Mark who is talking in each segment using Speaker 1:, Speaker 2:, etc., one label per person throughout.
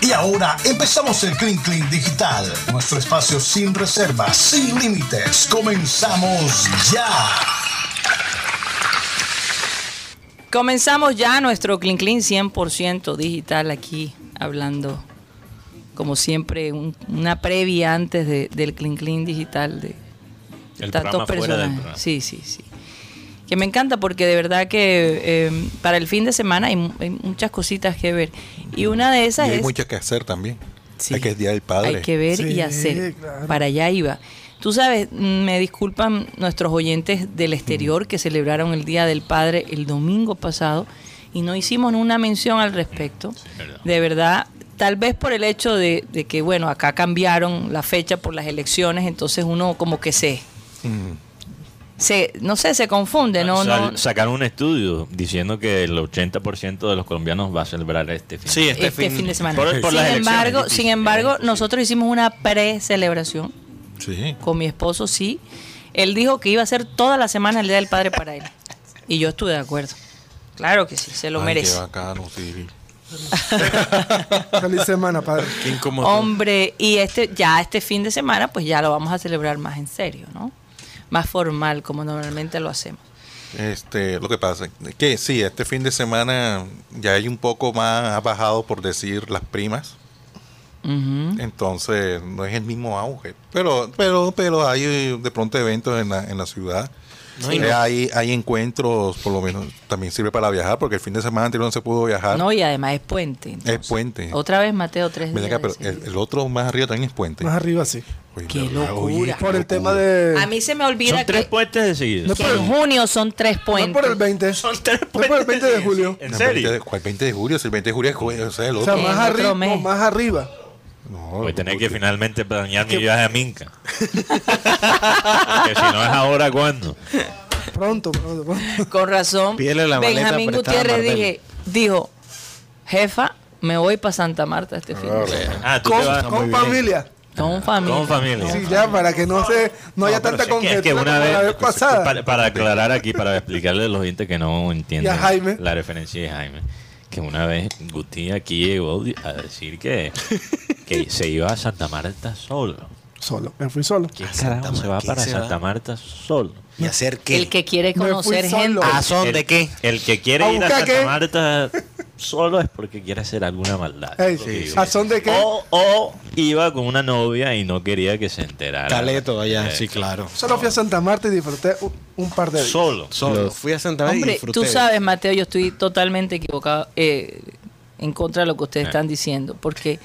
Speaker 1: Y ahora empezamos el Clean Clean Digital, nuestro espacio sin reservas, sin límites. Comenzamos ya.
Speaker 2: Comenzamos ya nuestro Clean Clean 100% digital aquí, hablando como siempre, un- una previa antes de- del Clean Clean digital de
Speaker 3: El
Speaker 2: tantos
Speaker 3: programa fuera del
Speaker 2: personajes.
Speaker 3: programa.
Speaker 2: Sí, sí, sí. Que me encanta porque de verdad que eh, para el fin de semana hay, mu- hay muchas cositas que ver. Y una de
Speaker 4: Y
Speaker 2: esas
Speaker 4: hay
Speaker 2: es...
Speaker 4: mucho que hacer también.
Speaker 2: Sí.
Speaker 4: Hay que día del padre.
Speaker 2: Hay que ver
Speaker 5: Sí,
Speaker 2: y hacer.
Speaker 5: claro.
Speaker 2: Para allá iba. Tú sabes, mm, me disculpan nuestros oyentes del
Speaker 5: Mm.
Speaker 2: exterior que celebraron el Día del Padre el domingo pasado y no hicimos una mención al respecto.
Speaker 3: verdad.
Speaker 2: De verdad, tal vez por el hecho de, de que, bueno, acá cambiaron la fecha por las elecciones, entonces uno como que se... se no sé, se confunde, ¿no?
Speaker 3: Mm. Sal-
Speaker 2: no
Speaker 3: Sacaron un estudio diciendo que el 80% de los colombianos va a celebrar este fin.
Speaker 6: Sí, este,
Speaker 2: este fin, de semana.
Speaker 3: Por- por
Speaker 2: sin,
Speaker 3: las elecciones,
Speaker 2: embargo,
Speaker 3: difícil.
Speaker 2: sin embargo, nosotros hicimos una pre-celebración.
Speaker 4: Sí.
Speaker 2: con mi esposo sí. Él dijo que iba a ser toda la semana el Día del Padre para él. Y yo estuve de acuerdo. Claro que sí, se lo
Speaker 4: Ay, Qué
Speaker 2: merece.
Speaker 4: bacano, sí.
Speaker 5: Feliz semana, padre.
Speaker 6: Qué incómodo.
Speaker 2: Hombre, y este ya este fin de semana pues ya lo vamos a celebrar más en serio, ¿no? Más formal como normalmente lo hacemos.
Speaker 4: Este, lo que pasa es que sí, este fin de semana ya hay un poco más, ha bajado por decir las primas.
Speaker 2: Ujú.
Speaker 4: Entonces no es el mismo auge. Pero, pero, pero hay eh, de pronto eventos en la, en la ciudad.
Speaker 6: No, y
Speaker 4: Eh,
Speaker 6: no.
Speaker 4: hay, hay encuentros, por lo menos también sirve para viajar, porque el fin de semana anterior no se pudo viajar.
Speaker 2: No, y además es puente. entonces.
Speaker 4: es puente.
Speaker 2: Otra vez Mateo tres
Speaker 4: Ven
Speaker 2: días
Speaker 4: acá, pero
Speaker 2: de
Speaker 4: el,
Speaker 2: seguido.
Speaker 4: el otro más arriba también es puente.
Speaker 5: Más arriba, sí.
Speaker 4: Oye,
Speaker 2: Qué
Speaker 4: ¿verdad? Oye,
Speaker 2: locura.
Speaker 4: qué
Speaker 5: Por el tema
Speaker 4: locura.
Speaker 5: de.
Speaker 2: A mí se me olvida
Speaker 3: Son tres
Speaker 2: que,
Speaker 3: puentes de seguido.
Speaker 5: No,
Speaker 2: que en junio son tres puentes.
Speaker 5: No por el 20.
Speaker 3: Son tres
Speaker 5: No por el 20 de
Speaker 3: seguido.
Speaker 5: julio.
Speaker 3: ¿En
Speaker 4: No,
Speaker 3: serio?
Speaker 4: 20 de- ¿Cuál 20 de julio? Si el 20 de julio es jue- o sea, el
Speaker 5: O
Speaker 4: otro.
Speaker 5: sea,
Speaker 2: En
Speaker 5: más
Speaker 2: otro
Speaker 5: arriba.
Speaker 2: mes.
Speaker 5: no, más arriba.
Speaker 4: No,
Speaker 3: Voy a tener que
Speaker 4: porque-
Speaker 3: finalmente planear mi viaje a Minca. Porque si no es ahora, ¿cuándo?
Speaker 5: Pronto, pronto, pronto.
Speaker 2: Con razón.
Speaker 6: Pídele la maleta
Speaker 2: Benjamín
Speaker 6: prestada a
Speaker 2: Gutiérrez
Speaker 6: Mardel.
Speaker 2: dije, dijo, jefa, me voy para Santa Marta este fin de semana.
Speaker 3: Ah, tú te vas
Speaker 5: Con, con familia.
Speaker 2: Con familia.
Speaker 3: con familia.
Speaker 5: Sí, ya, para que no se. No haya
Speaker 3: pero
Speaker 5: tanta
Speaker 3: sí que-
Speaker 5: conjetura
Speaker 3: es que una
Speaker 5: como
Speaker 3: vez, pues,
Speaker 5: la vez pasada.
Speaker 3: Para, para aclarar aquí, para explicarle a los gente que no entienden
Speaker 5: Y a Jaime.
Speaker 3: la referencia de Jaime, que una vez Guti aquí llegó a decir que, que se iba a Santa Marta solo.
Speaker 5: Solo, me fui solo.
Speaker 3: ¿Quién carajo se va
Speaker 6: Marta?
Speaker 3: para
Speaker 6: ¿Quién se
Speaker 3: Santa
Speaker 6: va?
Speaker 3: Marta solo?
Speaker 6: ¿Y hacer qué?
Speaker 2: El que quiere
Speaker 5: Me fui
Speaker 2: conocer
Speaker 5: solo.
Speaker 2: gente.
Speaker 6: ¿A son de
Speaker 3: El-
Speaker 6: qué?
Speaker 3: El que
Speaker 5: ¿A
Speaker 3: quiere ir a
Speaker 5: buscar
Speaker 3: Santa
Speaker 5: qué?
Speaker 3: Marta solo es porque quiere hacer alguna maldad.
Speaker 5: Ey,
Speaker 3: Lo que
Speaker 5: sí,
Speaker 3: digo.
Speaker 5: ¿a son de qué?
Speaker 3: O, o iba con una novia y no quería que se enterara.
Speaker 6: Caleto allá,
Speaker 3: Eh,
Speaker 6: sí, claro.
Speaker 5: Solo fui a Santa Marta y disfruté un, un par de días.
Speaker 3: Solo.
Speaker 6: Solo fui a Santa María y
Speaker 2: Hombre,
Speaker 6: disfruté.
Speaker 2: tú sabes, Mateo, yo estoy totalmente equivocado eh, en contra de lo que ustedes
Speaker 3: Eh.
Speaker 2: están diciendo. Porque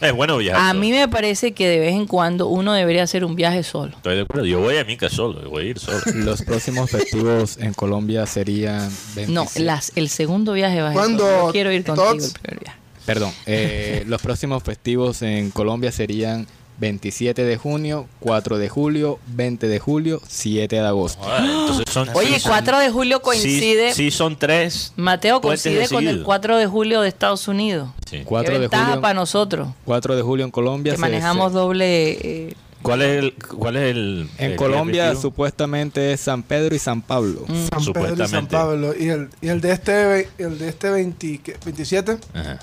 Speaker 3: Es bueno viajar.
Speaker 2: a
Speaker 3: solo.
Speaker 2: mí me parece que de vez en cuando uno debería hacer un viaje solo.
Speaker 3: Estoy de acuerdo. Yo voy a Mica solo. Yo voy a ir solo.
Speaker 7: Los próximos festivos en Colombia serían. 27.
Speaker 2: No, las, el segundo viaje va a ser
Speaker 5: ¿Cuándo,
Speaker 2: solo. Yo quiero ir contigo
Speaker 5: Tots?
Speaker 2: el primer viaje.
Speaker 7: Perdón, eh, los próximos festivos en Colombia serían 27 de junio, 4 de julio, 20 de julio, 7 de agosto.
Speaker 3: Joder, entonces son-
Speaker 2: Oye,
Speaker 3: sí son-
Speaker 2: 4 de julio coincide.
Speaker 3: Sí, sí son tres.
Speaker 2: Mateo
Speaker 3: puentes de
Speaker 2: coincide con el
Speaker 3: seguido.
Speaker 2: 4 de julio de Estados Unidos.
Speaker 3: Sí.
Speaker 7: 4
Speaker 2: Qué
Speaker 7: de
Speaker 2: ventaja
Speaker 7: julio,
Speaker 2: para nosotros,
Speaker 7: 4 de julio en Colombia.
Speaker 2: que
Speaker 7: se-
Speaker 2: manejamos
Speaker 7: se-
Speaker 2: doble. eh,
Speaker 3: ¿Cuál es el. Cuál es el el
Speaker 7: En
Speaker 3: día
Speaker 7: Colombia
Speaker 3: festivo?
Speaker 7: supuestamente es San Pedro y San Pablo.
Speaker 2: Mm.
Speaker 5: San Pedro y San
Speaker 3: Supuestamente.
Speaker 5: Pablo. Y el, y el de este, ve- el de este 20 ¿qué? 27.
Speaker 3: Ajá.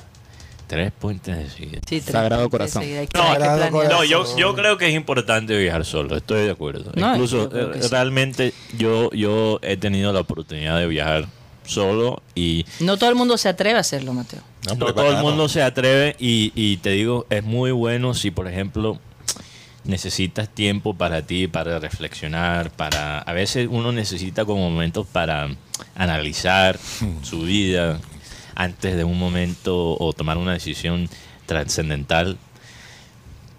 Speaker 3: Tres puentes de seguido.
Speaker 2: sí, tres
Speaker 7: Sagrado
Speaker 2: meses
Speaker 7: Corazón.
Speaker 2: seguidas, hay que-
Speaker 3: No,
Speaker 2: hay que
Speaker 5: Sagrado
Speaker 2: planear.
Speaker 5: Corazón.
Speaker 3: No, yo, yo creo que es importante viajar solo, estoy de acuerdo.
Speaker 2: No,
Speaker 3: Incluso
Speaker 2: yo creo que
Speaker 3: eh,
Speaker 2: sí.
Speaker 3: realmente yo, yo he tenido la oportunidad de viajar solo y
Speaker 2: No todo el mundo se atreve a hacerlo, Mateo.
Speaker 4: No,
Speaker 3: no
Speaker 4: hombre,
Speaker 3: todo el
Speaker 4: bacano.
Speaker 3: mundo se atreve y, y te digo, es muy bueno si por ejemplo necesitas tiempo para ti, para reflexionar, para... A veces uno necesita como momentos para analizar su vida antes de un momento o tomar una decisión trascendental.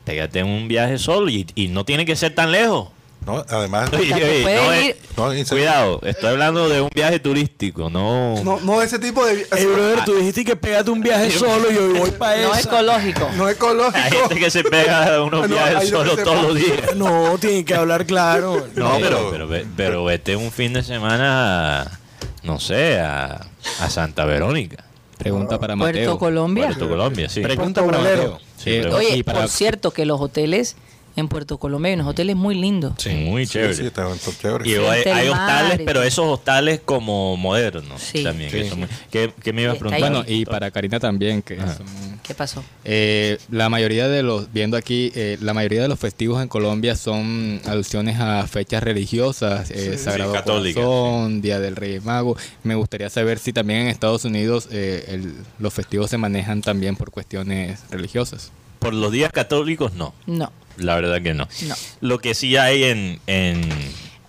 Speaker 3: Pégate un viaje solo y, y no tiene que ser tan lejos.
Speaker 4: No, además,
Speaker 3: Oye,
Speaker 2: sea,
Speaker 3: oye,
Speaker 2: pueden
Speaker 3: no es-
Speaker 2: ir-
Speaker 4: no, en serio.
Speaker 3: cuidado, estoy hablando de un viaje turístico, no.
Speaker 5: No, no ese tipo de.
Speaker 6: Ey, brother, tú dijiste que pegate un viaje solo y hoy voy para
Speaker 2: No es
Speaker 6: eso.
Speaker 2: ecológico.
Speaker 5: no
Speaker 3: Hay
Speaker 5: ecológico.
Speaker 3: gente que se pega a unos
Speaker 5: No,
Speaker 3: viajes
Speaker 5: hay lo que
Speaker 3: solo
Speaker 5: se
Speaker 3: todos
Speaker 5: pasa.
Speaker 3: los días.
Speaker 6: No, tiene que hablar claro.
Speaker 3: No,
Speaker 4: Sí.
Speaker 3: pero, pero, ve- pero vete un fin de semana, a, no sé, a, a Santa Verónica,
Speaker 7: Pregunta para
Speaker 2: Puerto
Speaker 7: Mateo.
Speaker 2: Colombia.
Speaker 3: Puerto Colombia, sí.
Speaker 7: Pregunta para
Speaker 5: Obrero.
Speaker 7: Mateo.
Speaker 3: Sí,
Speaker 7: Eh,
Speaker 3: pero-
Speaker 2: Oye,
Speaker 7: y para-
Speaker 2: por cierto, que los hoteles en Puerto Colombia hay unos hoteles muy lindos.
Speaker 3: Sí, muy
Speaker 4: Sí,
Speaker 3: chévere.
Speaker 4: sí, está, está chévere.
Speaker 3: Y hay,
Speaker 2: Frente al
Speaker 3: hay
Speaker 2: mar
Speaker 3: hostales,
Speaker 2: y-
Speaker 3: pero esos hostales como modernos
Speaker 2: Sí.
Speaker 3: también.
Speaker 7: Sí.
Speaker 3: Que son muy- ¿qué, qué me ibas a
Speaker 2: Y está
Speaker 3: preguntar?
Speaker 2: ahí.
Speaker 7: Bueno, y para Karina también, que son
Speaker 2: ¿Qué pasó?
Speaker 7: Eh, la mayoría de los, viendo aquí, eh, la mayoría de los festivos en Colombia son alusiones a fechas religiosas, eh, Sagrado
Speaker 3: Sí, católicas,
Speaker 7: Corazón, Día del Rey Mago. Me gustaría saber si también en Estados Unidos eh, el- los festivos se manejan también por cuestiones religiosas.
Speaker 3: Por los días católicos, no.
Speaker 2: No.
Speaker 3: La verdad que no.
Speaker 2: No.
Speaker 3: Lo que sí hay en. en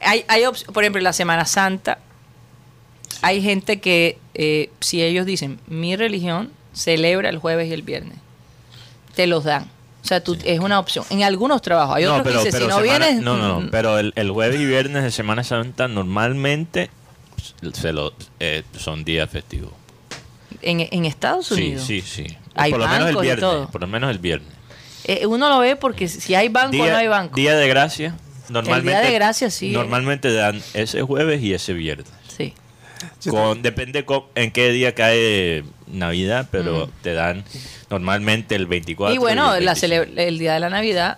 Speaker 2: Hay, hay op- por ejemplo, la Semana Santa, hay gente que, eh, si ellos dicen, mi religión celebra el jueves y el viernes, te los dan. O sea, tú, es una opción. En algunos trabajos. Hay
Speaker 3: no,
Speaker 2: otros
Speaker 3: pero,
Speaker 2: que dicen,
Speaker 3: pero
Speaker 2: si no
Speaker 3: semana-
Speaker 2: vienes...
Speaker 3: no, no, no,
Speaker 2: mm,
Speaker 3: Pero el, el jueves y viernes de Semana Santa normalmente se lo, eh, son días festivos.
Speaker 2: En, en Estados
Speaker 3: Sí,
Speaker 2: Unidos.
Speaker 3: sí, sí.
Speaker 2: Hay
Speaker 3: por lo menos el
Speaker 2: bancos y
Speaker 3: viernes.
Speaker 2: todo.
Speaker 3: Por lo menos el viernes.
Speaker 2: Eh, uno lo ve porque si hay banco o no hay banco.
Speaker 3: Día de gracia. Normalmente,
Speaker 2: de gracia, sí, eh.
Speaker 3: Normalmente dan ese jueves y ese viernes.
Speaker 2: Sí.
Speaker 3: Con, depende co- en qué día cae Navidad, pero te dan normalmente el 24.
Speaker 2: Mm. Y bueno,
Speaker 3: el
Speaker 2: la
Speaker 3: 25.
Speaker 2: cele- el día de la Navidad,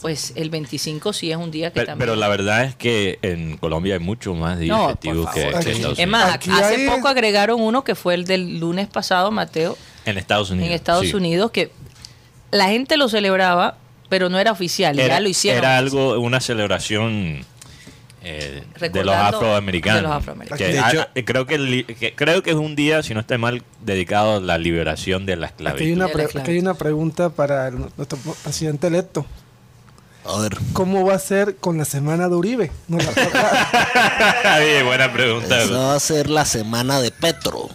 Speaker 2: pues el 25 sí es un día que
Speaker 3: Pero,
Speaker 2: también...
Speaker 3: pero la verdad es que en Colombia hay mucho más días
Speaker 2: No,
Speaker 3: festivos
Speaker 5: por
Speaker 3: que,
Speaker 5: favor.
Speaker 3: que en
Speaker 2: es
Speaker 3: Estados Unidos.
Speaker 2: más,
Speaker 5: Aquí
Speaker 2: hace
Speaker 5: hay-
Speaker 2: poco agregaron uno que fue el del lunes pasado, Mateo,
Speaker 3: En Estados Unidos.
Speaker 2: en Estados
Speaker 3: sí.
Speaker 2: Unidos, que la gente lo celebraba, pero no era oficial,
Speaker 3: Era,
Speaker 2: ya lo hicieron.
Speaker 3: era algo, una celebración eh, de los
Speaker 2: Recordando
Speaker 3: afroamericanos.
Speaker 2: de los afroamericanos.
Speaker 3: Que
Speaker 6: De
Speaker 3: a-
Speaker 6: hecho-
Speaker 3: a- creo, que, li- que- creo que es un día, si no estoy mal, dedicado a la liberación de la
Speaker 5: Aquí hay,
Speaker 3: esclavitud.
Speaker 5: una
Speaker 2: Ya
Speaker 5: pre-
Speaker 2: la clave.
Speaker 5: aquí hay una pregunta para el- nuestro presidente electo.
Speaker 6: A ver.
Speaker 5: ¿Cómo va a ser con la semana de Uribe? Nos la toca-
Speaker 3: Bien, buena pregunta.
Speaker 8: Esa va a ser la semana de Petro.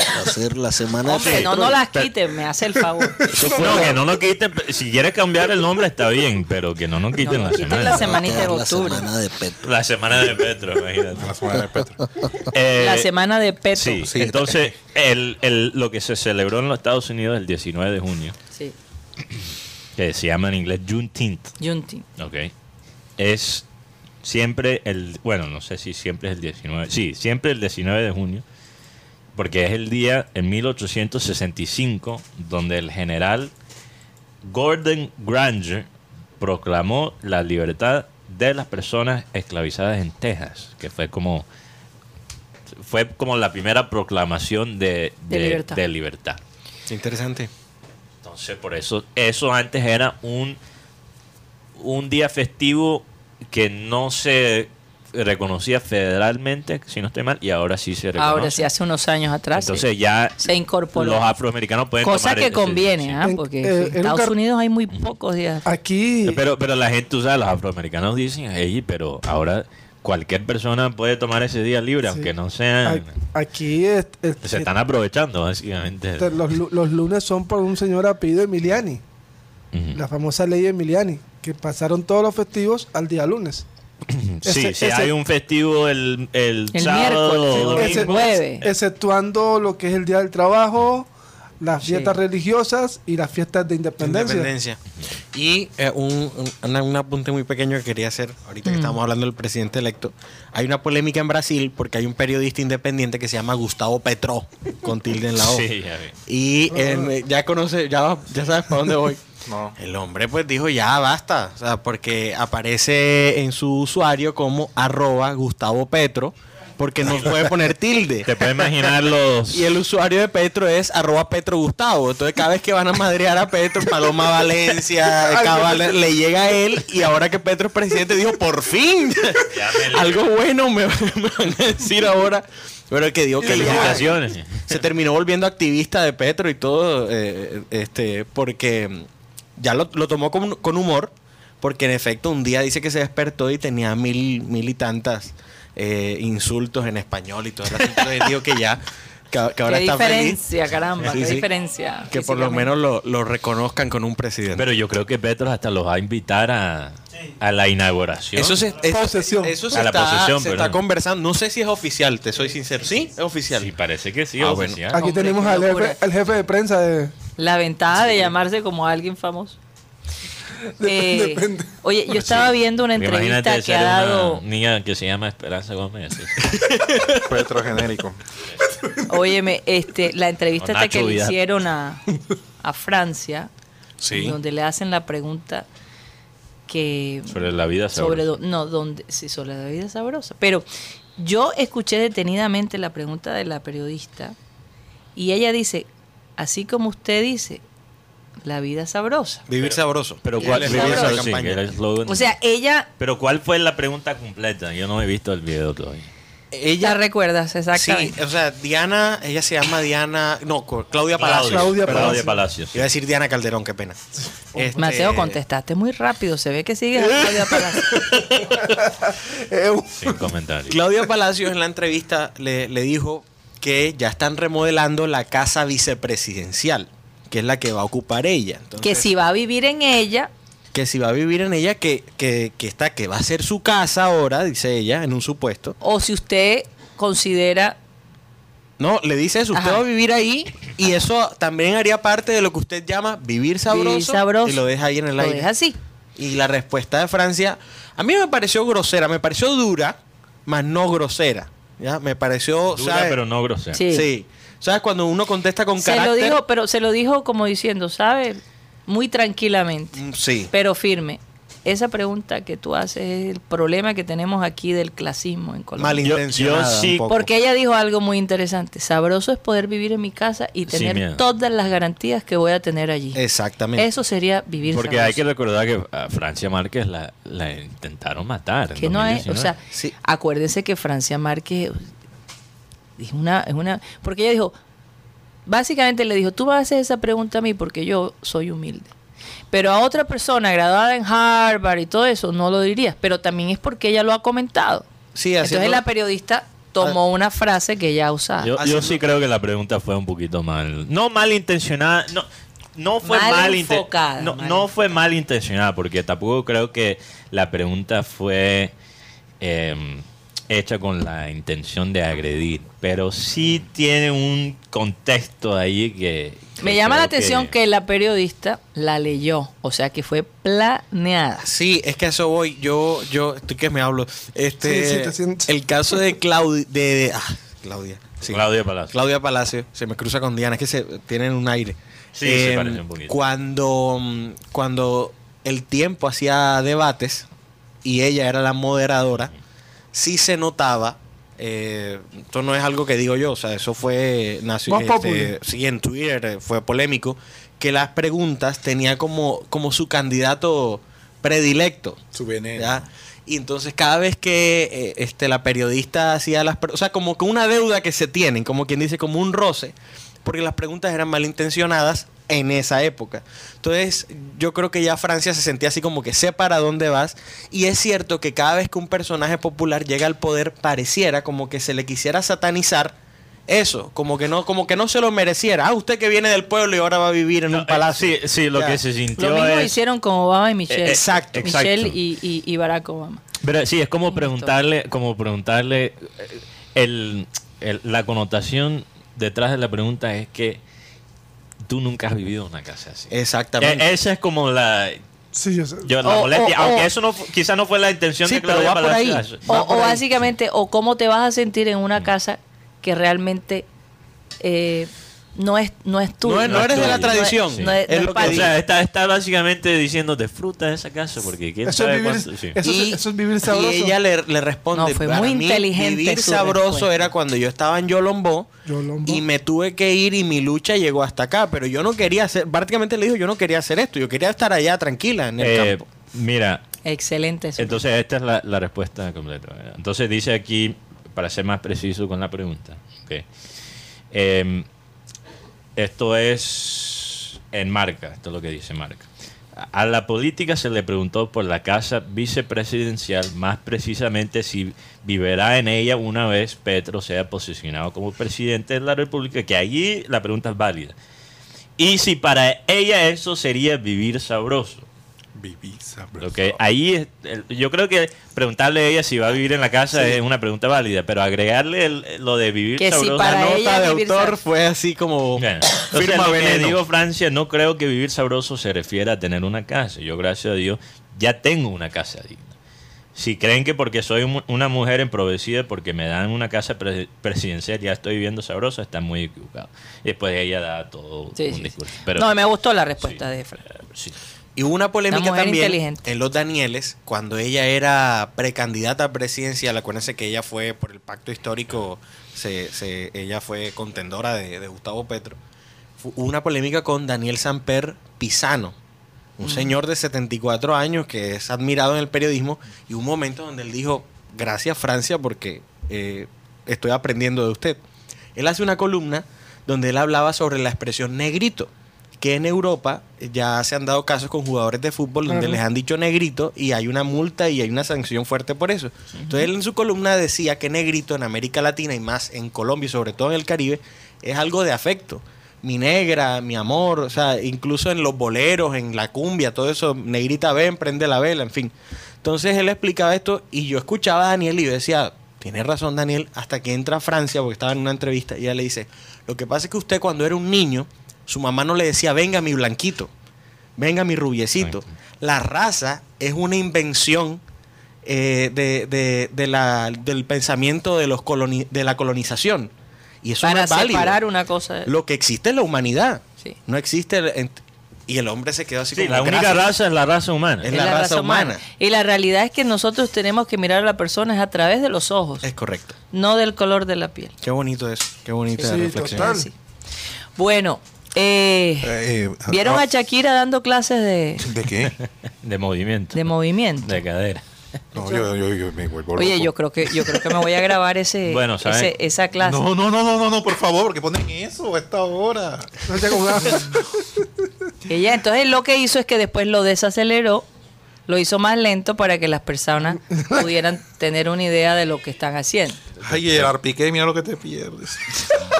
Speaker 8: Va a ser la semana de
Speaker 2: Hombre, no,
Speaker 8: Petro.
Speaker 2: no las quiten, me hace el favor.
Speaker 3: No, que no nos quiten. Si quieres cambiar el nombre, está bien, pero que no nos
Speaker 2: No,
Speaker 3: quiten
Speaker 2: no
Speaker 3: la
Speaker 2: quiten
Speaker 3: semana.
Speaker 2: la
Speaker 8: Va a
Speaker 2: semanita de
Speaker 8: quedar
Speaker 2: octubre.
Speaker 8: La semana de Petro.
Speaker 3: La semana de Petro, imagínate.
Speaker 4: La semana de Petro.
Speaker 3: Eh,
Speaker 2: la semana de Petro.
Speaker 3: Sí,
Speaker 4: Sí.
Speaker 3: entonces el, el- lo que se celebró en los Estados Unidos el 19 de junio,
Speaker 2: Sí,
Speaker 3: que se llama en inglés Juneteenth,
Speaker 2: Juneteenth.
Speaker 3: ok, es siempre el, bueno, no sé si siempre es el 19, sí, siempre el 19 de junio, porque es el día en 1865 donde el general Gordon Granger proclamó la libertad de las personas esclavizadas en Texas, que fue como fue como la primera proclamación de,
Speaker 2: De
Speaker 3: de-
Speaker 2: libertad.
Speaker 3: de libertad.
Speaker 6: Interesante.
Speaker 3: Entonces, por eso, eso antes era un, un día festivo que no se reconocía federalmente, si no estoy mal, y ahora sí se reconoce.
Speaker 2: Ahora sí, hace unos años atrás. sí.
Speaker 3: Entonces ya
Speaker 2: se incorporó.
Speaker 3: los afroamericanos pueden
Speaker 2: Cosa
Speaker 3: tomar
Speaker 2: que
Speaker 3: ese-
Speaker 2: conviene,
Speaker 3: sí.
Speaker 2: ¿ah?
Speaker 5: En-
Speaker 2: porque
Speaker 5: eh,
Speaker 2: sí,
Speaker 5: en un
Speaker 2: en Estados
Speaker 5: car- Ah,
Speaker 2: Unidos hay muy pocos días.
Speaker 5: aquí.
Speaker 3: Eh, Pero, pero la gente, tú sabes, los afroamericanos dicen, "Ey, pero ahora cualquier persona puede tomar ese día libre,
Speaker 5: Sí.
Speaker 3: aunque no sean...
Speaker 5: a- Aquí es- es-
Speaker 3: Se están aprovechando, básicamente.
Speaker 5: este, los, lu- los lunes son por un señor apellido Emiliani,
Speaker 3: Ujú.
Speaker 5: la famosa ley Emiliani, que pasaron todos los festivos al día lunes.
Speaker 3: Sí,
Speaker 5: ese-
Speaker 3: si
Speaker 5: ese-
Speaker 3: hay un festivo el, el,
Speaker 2: El
Speaker 3: sábado o
Speaker 2: miércoles,
Speaker 3: domingo...
Speaker 5: Ese-
Speaker 2: Nueve.
Speaker 5: Exceptuando lo que es el día del trabajo, las
Speaker 2: Sí.
Speaker 5: fiestas religiosas y las fiestas de independencia.
Speaker 6: Independencia. Y eh, un, un- una- un apunte muy pequeño que quería hacer, ahorita
Speaker 2: Mm.
Speaker 6: que estamos hablando del presidente electo. Hay una polémica en Brasil porque hay un periodista independiente que se llama Gustavo Petro, con tilde en la O.
Speaker 3: Sí, ya vi.
Speaker 6: Y eh, ya conoce, ya, va- ya sabes para dónde voy.
Speaker 4: No.
Speaker 6: El hombre pues dijo ya basta, o sea, porque aparece en su usuario como arroba Gustavo Petro, porque no puede poner tilde.
Speaker 3: Te puedes imaginar los.
Speaker 6: Y el usuario de Petro es arroba Petro Gustavo. Entonces cada vez que van a madrear a Petro, Paloma Valencia, Cabal, le llega a él y ahora que Petro es presidente dijo, por fin,
Speaker 3: Ya me le-
Speaker 6: algo bueno me, me van a decir ahora. Pero el que dijo que le
Speaker 3: felicitaciones.
Speaker 6: se terminó volviendo activista de Petro y todo, eh, este, porque ya lo, lo tomó con, con humor, porque en efecto un día dice que se despertó y tenía mil, mil y tantas eh, insultos en español y todo el asunto. Entonces digo que ya, que, a- que ahora
Speaker 2: Qué
Speaker 6: está feliz,
Speaker 2: diferencia, caramba,
Speaker 6: Sí,
Speaker 2: qué
Speaker 6: sí.
Speaker 2: diferencia.
Speaker 6: que por lo
Speaker 2: físicamente.
Speaker 6: menos lo, lo reconozcan con un presidente.
Speaker 3: Pero yo creo que Petro hasta los va a invitar a, a la inauguración.
Speaker 6: eso se, eso-
Speaker 5: Posesión.
Speaker 6: eso se
Speaker 3: A la
Speaker 6: está,
Speaker 3: posesión,
Speaker 6: se
Speaker 3: perdón.
Speaker 6: está conversando. No sé si es oficial, te soy sincero. Sí, es oficial.
Speaker 3: Sí, parece que sí,
Speaker 6: Ah, bueno.
Speaker 3: oficial.
Speaker 5: Aquí
Speaker 2: Hombre,
Speaker 5: tenemos
Speaker 2: qué
Speaker 5: al
Speaker 2: locura.
Speaker 5: jefe, al jefe de prensa de...
Speaker 2: La ventaja de llamarse como alguien famoso. Eh, Oye, yo estaba viendo una entrevista
Speaker 3: Imagínate
Speaker 2: que
Speaker 3: ser
Speaker 2: ha
Speaker 3: una
Speaker 2: dado.
Speaker 3: niña que se llama Esperanza Gómez. así.
Speaker 4: Petro genérico.
Speaker 2: Óyeme, este, la entrevista
Speaker 3: Con
Speaker 2: esta que
Speaker 3: Nacho
Speaker 2: le
Speaker 3: Vidal.
Speaker 2: hicieron a, a Francia,
Speaker 6: Sí.
Speaker 2: donde le hacen la pregunta que
Speaker 3: Sobre la vida
Speaker 2: sobre
Speaker 3: sabrosa.
Speaker 2: do- no donde sí sobre la vida sabrosa pero yo escuché detenidamente la pregunta de la periodista y ella dice así como usted dice la vida sabrosa.
Speaker 6: Vivir sabroso.
Speaker 3: Pero cuál
Speaker 6: el
Speaker 3: vivir
Speaker 6: eslogan de la
Speaker 3: sabroso, sí,
Speaker 6: campaña.
Speaker 3: era el eslogan.
Speaker 2: O sea, ella
Speaker 3: pero cuál fue la pregunta completa? Yo no he visto el video todavía.
Speaker 2: la
Speaker 6: Ella
Speaker 2: recuerdas,
Speaker 6: Sí,
Speaker 2: exactamente.
Speaker 6: o sea, Diana, ella se llama Diana, no, co- Claudia Palacios.
Speaker 5: Claudia
Speaker 3: perdón,
Speaker 5: Palacios.
Speaker 3: Claudia Palacios.
Speaker 6: Iba a decir Diana Calderón, qué pena.
Speaker 3: eh,
Speaker 6: Este,
Speaker 2: Mateo, contestaste muy rápido. Se ve que sigues a Claudia Palacio.
Speaker 5: Eh, un-
Speaker 3: Sin comentarios.
Speaker 6: Claudia Palacios en la entrevista le, le dijo que ya están remodelando la casa vicepresidencial, que es la que va a ocupar ella. Entonces,
Speaker 2: Que si va a vivir en ella,
Speaker 6: que si va a vivir en ella, que, que, que está, que va a ser su casa ahora, dice ella, en un supuesto.
Speaker 2: o si usted considera
Speaker 6: No, le dice eso, usted
Speaker 2: Ajá.
Speaker 6: va a vivir ahí y eso también haría parte de lo que usted llama vivir sabroso.
Speaker 2: vivir sabroso,
Speaker 6: Y lo deja ahí en el
Speaker 2: lo
Speaker 6: aire.
Speaker 2: deja así.
Speaker 6: Y la respuesta de Francia, a mí me pareció grosera, me pareció dura, más no grosera. ¿ya? Me pareció,
Speaker 3: Dura,
Speaker 6: ¿sabes?
Speaker 3: pero no grosera.
Speaker 2: Sí.
Speaker 6: Sí. ¿Sabes? Cuando uno contesta con
Speaker 2: Se lo
Speaker 6: carácter.
Speaker 2: dijo, pero se lo dijo como diciendo, ¿sabe? Muy tranquilamente.
Speaker 6: Mm, Sí.
Speaker 2: pero firme. Esa pregunta que tú haces es el problema que tenemos aquí del clasismo en Colombia.
Speaker 6: Malintencionada.
Speaker 3: Yo- yo sí-
Speaker 6: un poco.
Speaker 2: Porque ella dijo algo muy interesante. Sabroso es poder vivir en mi casa y
Speaker 3: Sin miedo.
Speaker 2: tener todas las garantías que voy a tener allí.
Speaker 6: Exactamente.
Speaker 2: Eso sería vivir
Speaker 3: Porque
Speaker 2: sabroso.
Speaker 3: hay que recordar que a Francia Márquez la, la intentaron matar. en
Speaker 2: que no es, o
Speaker 3: 2019.
Speaker 2: sea,
Speaker 6: Sí.
Speaker 2: acuérdense que Francia Márquez es una, es una, porque ella dijo, básicamente le dijo, tú vas a hacer esa pregunta a mí porque yo soy humilde. Pero a otra persona graduada en Harvard y todo eso no lo dirías, pero también es porque ella lo ha comentado.
Speaker 6: Sí, haciendo- Ah.
Speaker 2: Entonces la periodista tomó una frase que ella ha usado.
Speaker 3: Yo, yo
Speaker 6: Haciendo-
Speaker 3: sí creo que la pregunta fue un poquito mal. No malintencionada, no. No fue
Speaker 2: Mal
Speaker 3: mal inte-
Speaker 2: enfocada,
Speaker 3: no,
Speaker 2: mal
Speaker 3: no fue malintencionada, porque tampoco creo que la pregunta fue eh, hecha con la intención de agredir. Pero sí tiene un contexto ahí que. que
Speaker 2: Me llama la
Speaker 3: creo
Speaker 2: atención que... la periodista la leyó, o sea que fue planeada.
Speaker 6: Sí, es que a eso voy. Yo, yo, estoy que me hablo. Este,
Speaker 5: Sí, sí, te siento.
Speaker 6: el caso de Claudia, de, de- ah, Claudia. Sí.
Speaker 3: Claudia Palacio.
Speaker 6: Claudia Palacio se me cruza con Diana, es que se tienen un aire. Em,
Speaker 3: Sí, se parecen un poquito.
Speaker 6: Cuando, mm, cuando el tiempo hacía debates y ella era la moderadora, sí se notaba. eh, esto no es algo que digo yo, o sea, eso fue nació este,
Speaker 5: Voz populi.
Speaker 6: sí, en Twitter eh, fue polémico que las preguntas tenía como, como su candidato predilecto.
Speaker 4: Su veneno.
Speaker 6: ¿ya? Y entonces cada vez que eh, este, la periodista hacía las... pre- O sea, como que una deuda que se tienen, como quien dice, como un roce, porque las preguntas eran malintencionadas en esa época. Entonces yo creo que ya Francia se sentía así como que sé para dónde vas. Y es cierto que cada vez que un personaje popular llega al poder, pareciera como que se le quisiera satanizar. Eso, como que no, como que no se lo mereciera. Ah, usted que viene del pueblo y ahora va a vivir en
Speaker 3: No,
Speaker 6: un
Speaker 3: eh,
Speaker 6: palacio.
Speaker 3: Sí, sí, lo
Speaker 6: Ya.
Speaker 3: que se
Speaker 2: Lo
Speaker 3: sintió
Speaker 2: mismo
Speaker 3: es-
Speaker 2: hicieron con Obama y Michelle.
Speaker 3: Eh, exacto.
Speaker 2: Michelle
Speaker 3: Exacto.
Speaker 2: y- y- y Barack Obama.
Speaker 3: Pero sí, es como
Speaker 2: Esto.
Speaker 3: preguntarle, como preguntarle eh, el, el- la connotación detrás de la pregunta es que tú nunca has vivido una casa así.
Speaker 6: Exactamente.
Speaker 3: E- esa es como la,
Speaker 5: sí, yo sé.
Speaker 3: yo, la
Speaker 2: O-
Speaker 3: molestia,
Speaker 2: o-
Speaker 3: aunque
Speaker 2: o-
Speaker 3: eso no fu- quizá no fue la intención
Speaker 6: Oh, Sí,
Speaker 3: de
Speaker 6: pero
Speaker 3: Claudia
Speaker 6: va por ahí.
Speaker 3: Palacios.
Speaker 2: O,
Speaker 6: Va por
Speaker 2: o
Speaker 6: ahí.
Speaker 2: básicamente, o cómo te vas a sentir en una casa que realmente eh, no es no es tuya.
Speaker 6: No es- no eres de la
Speaker 2: No es-
Speaker 6: tradición.
Speaker 2: no es-
Speaker 6: Es
Speaker 2: no
Speaker 6: lo
Speaker 2: es
Speaker 6: que
Speaker 3: O
Speaker 2: parte.
Speaker 3: sea, está, está básicamente diciendo disfruta de esa casa porque quién
Speaker 5: Eso es
Speaker 3: sabe
Speaker 5: vivir-
Speaker 3: cuánto- sí.
Speaker 5: Eso es- eso es vivir sabroso.
Speaker 6: Y ella le, le responde,
Speaker 2: No, fue
Speaker 6: "Para
Speaker 2: muy
Speaker 6: mí,
Speaker 2: inteligente
Speaker 6: Vivir
Speaker 2: su
Speaker 6: sabroso
Speaker 2: respuesta".
Speaker 6: era cuando yo estaba en Yolombó,
Speaker 5: Yolombó.
Speaker 6: y me tuve que ir y mi lucha llegó hasta acá, pero yo no quería hacer, prácticamente le dijo, yo no quería hacer esto, yo quería estar allá tranquila en el
Speaker 3: Eh,
Speaker 6: campo.
Speaker 3: mira,
Speaker 2: Excelente. eso.
Speaker 3: Entonces, esta es la, la respuesta completa. ¿verdad? Entonces, dice aquí, para ser más preciso con la pregunta, ok. Em, esto es en marca, esto es lo que dice marca. A la política se le preguntó por la casa vicepresidencial, más precisamente si vivirá en ella una vez Petro sea posicionado como presidente de la República, que allí la pregunta es válida. Y si para ella eso sería vivir sabroso.
Speaker 4: Vivir sabroso.
Speaker 3: Ok, ahí es- el- yo creo que preguntarle a ella si va a vivir en la casa es una pregunta válida, pero agregarle el- lo de vivir
Speaker 2: Que si
Speaker 3: sabroso.
Speaker 2: para
Speaker 6: La
Speaker 2: ella
Speaker 6: nota de
Speaker 2: vivir
Speaker 6: autor
Speaker 2: sab-
Speaker 6: fue así como
Speaker 3: Bueno, entonces,
Speaker 6: firma
Speaker 3: lo que
Speaker 6: veneno.
Speaker 3: digo Francia, no creo que vivir sabroso se refiera a tener una casa. Yo, gracias a Dios, ya tengo una casa digna. Si creen que porque soy mu- una mujer emprovecida, porque me dan una casa pre- presidencial, ya estoy viviendo sabroso, están muy equivocados. Y después ella da todo
Speaker 2: Sí,
Speaker 3: un
Speaker 2: sí, sí.
Speaker 3: discurso. Pero,
Speaker 2: no, me gustó la respuesta
Speaker 3: Sí.
Speaker 2: de Fran.
Speaker 3: sí.
Speaker 6: Y hubo una polémica
Speaker 2: Una mujer
Speaker 6: también
Speaker 2: inteligente.
Speaker 6: en los Danieles, cuando ella era precandidata presidencial, acuérdense que ella fue por el pacto histórico, se, se- ella fue contendora de, de Gustavo Petro. fu- hubo una polémica con Daniel Samper Pisano, un señor de 74 años que es admirado en el periodismo, y un momento donde él dijo, gracias Francia porque eh, estoy aprendiendo de usted. Él hace una columna donde él hablaba sobre la expresión negrito, que en Europa ya se han dado casos con jugadores de fútbol donde les han dicho negrito y hay una multa y hay una sanción fuerte por eso. Entonces él en su columna decía que negrito en América Latina y más en Colombia y sobre todo en el Caribe es algo de afecto. Mi negra, mi amor, o sea, incluso en los boleros, en la cumbia, todo eso, negrita ven, prende la vela, en fin. Entonces él explicaba esto y yo escuchaba a Daniel y yo decía, tiene razón Daniel, hasta que entra a Francia, porque estaba en una entrevista, y ella le dice, lo que pasa es que usted cuando era un niño, su mamá no le decía, venga mi blanquito, venga mi rubiecito. La raza es una invención eh, de, de- de la- del pensamiento de, los coloni- de la colonización. Y eso no
Speaker 2: Para
Speaker 6: es válido.
Speaker 2: separar una cosa. de-
Speaker 6: Lo que existe es la humanidad.
Speaker 2: Sí.
Speaker 6: No existe... el- ent- y el hombre se quedó así
Speaker 3: Sí,
Speaker 6: como...
Speaker 3: la única
Speaker 6: "Gracias".
Speaker 3: raza es la raza humana.
Speaker 6: Es la raza humana.
Speaker 2: Y la realidad es que nosotros tenemos que mirar a la persona es a través de los ojos,
Speaker 6: Es correcto.
Speaker 2: no del color de la piel.
Speaker 6: Qué bonito eso. Qué bonita
Speaker 5: Sí,
Speaker 6: reflexión.
Speaker 5: total.
Speaker 2: Sí. Bueno, eh,
Speaker 4: Eh, eh,
Speaker 2: ¿vieron
Speaker 4: no,
Speaker 6: ah.
Speaker 2: a Shakira dando clases de,
Speaker 4: ¿De qué?
Speaker 3: ¿eh? De movimiento.
Speaker 2: de movimiento?
Speaker 3: de cadera.
Speaker 4: No, yo, yo, yo me vuelvo
Speaker 2: Oye,
Speaker 4: loco.
Speaker 2: yo creo que yo creo que me voy a grabar ese,
Speaker 3: Bueno, ¿saben?
Speaker 2: ese- esa clase.
Speaker 4: No, no, no, no, no, no, por favor, porque ponen eso a esta hora.
Speaker 5: No te acordás.
Speaker 2: Ella, entonces lo que hizo es que después lo desaceleró, lo hizo más lento para que las personas pudieran tener una idea de lo que están haciendo.
Speaker 4: Ay, Gerard Piqué, mira lo que te pierdes.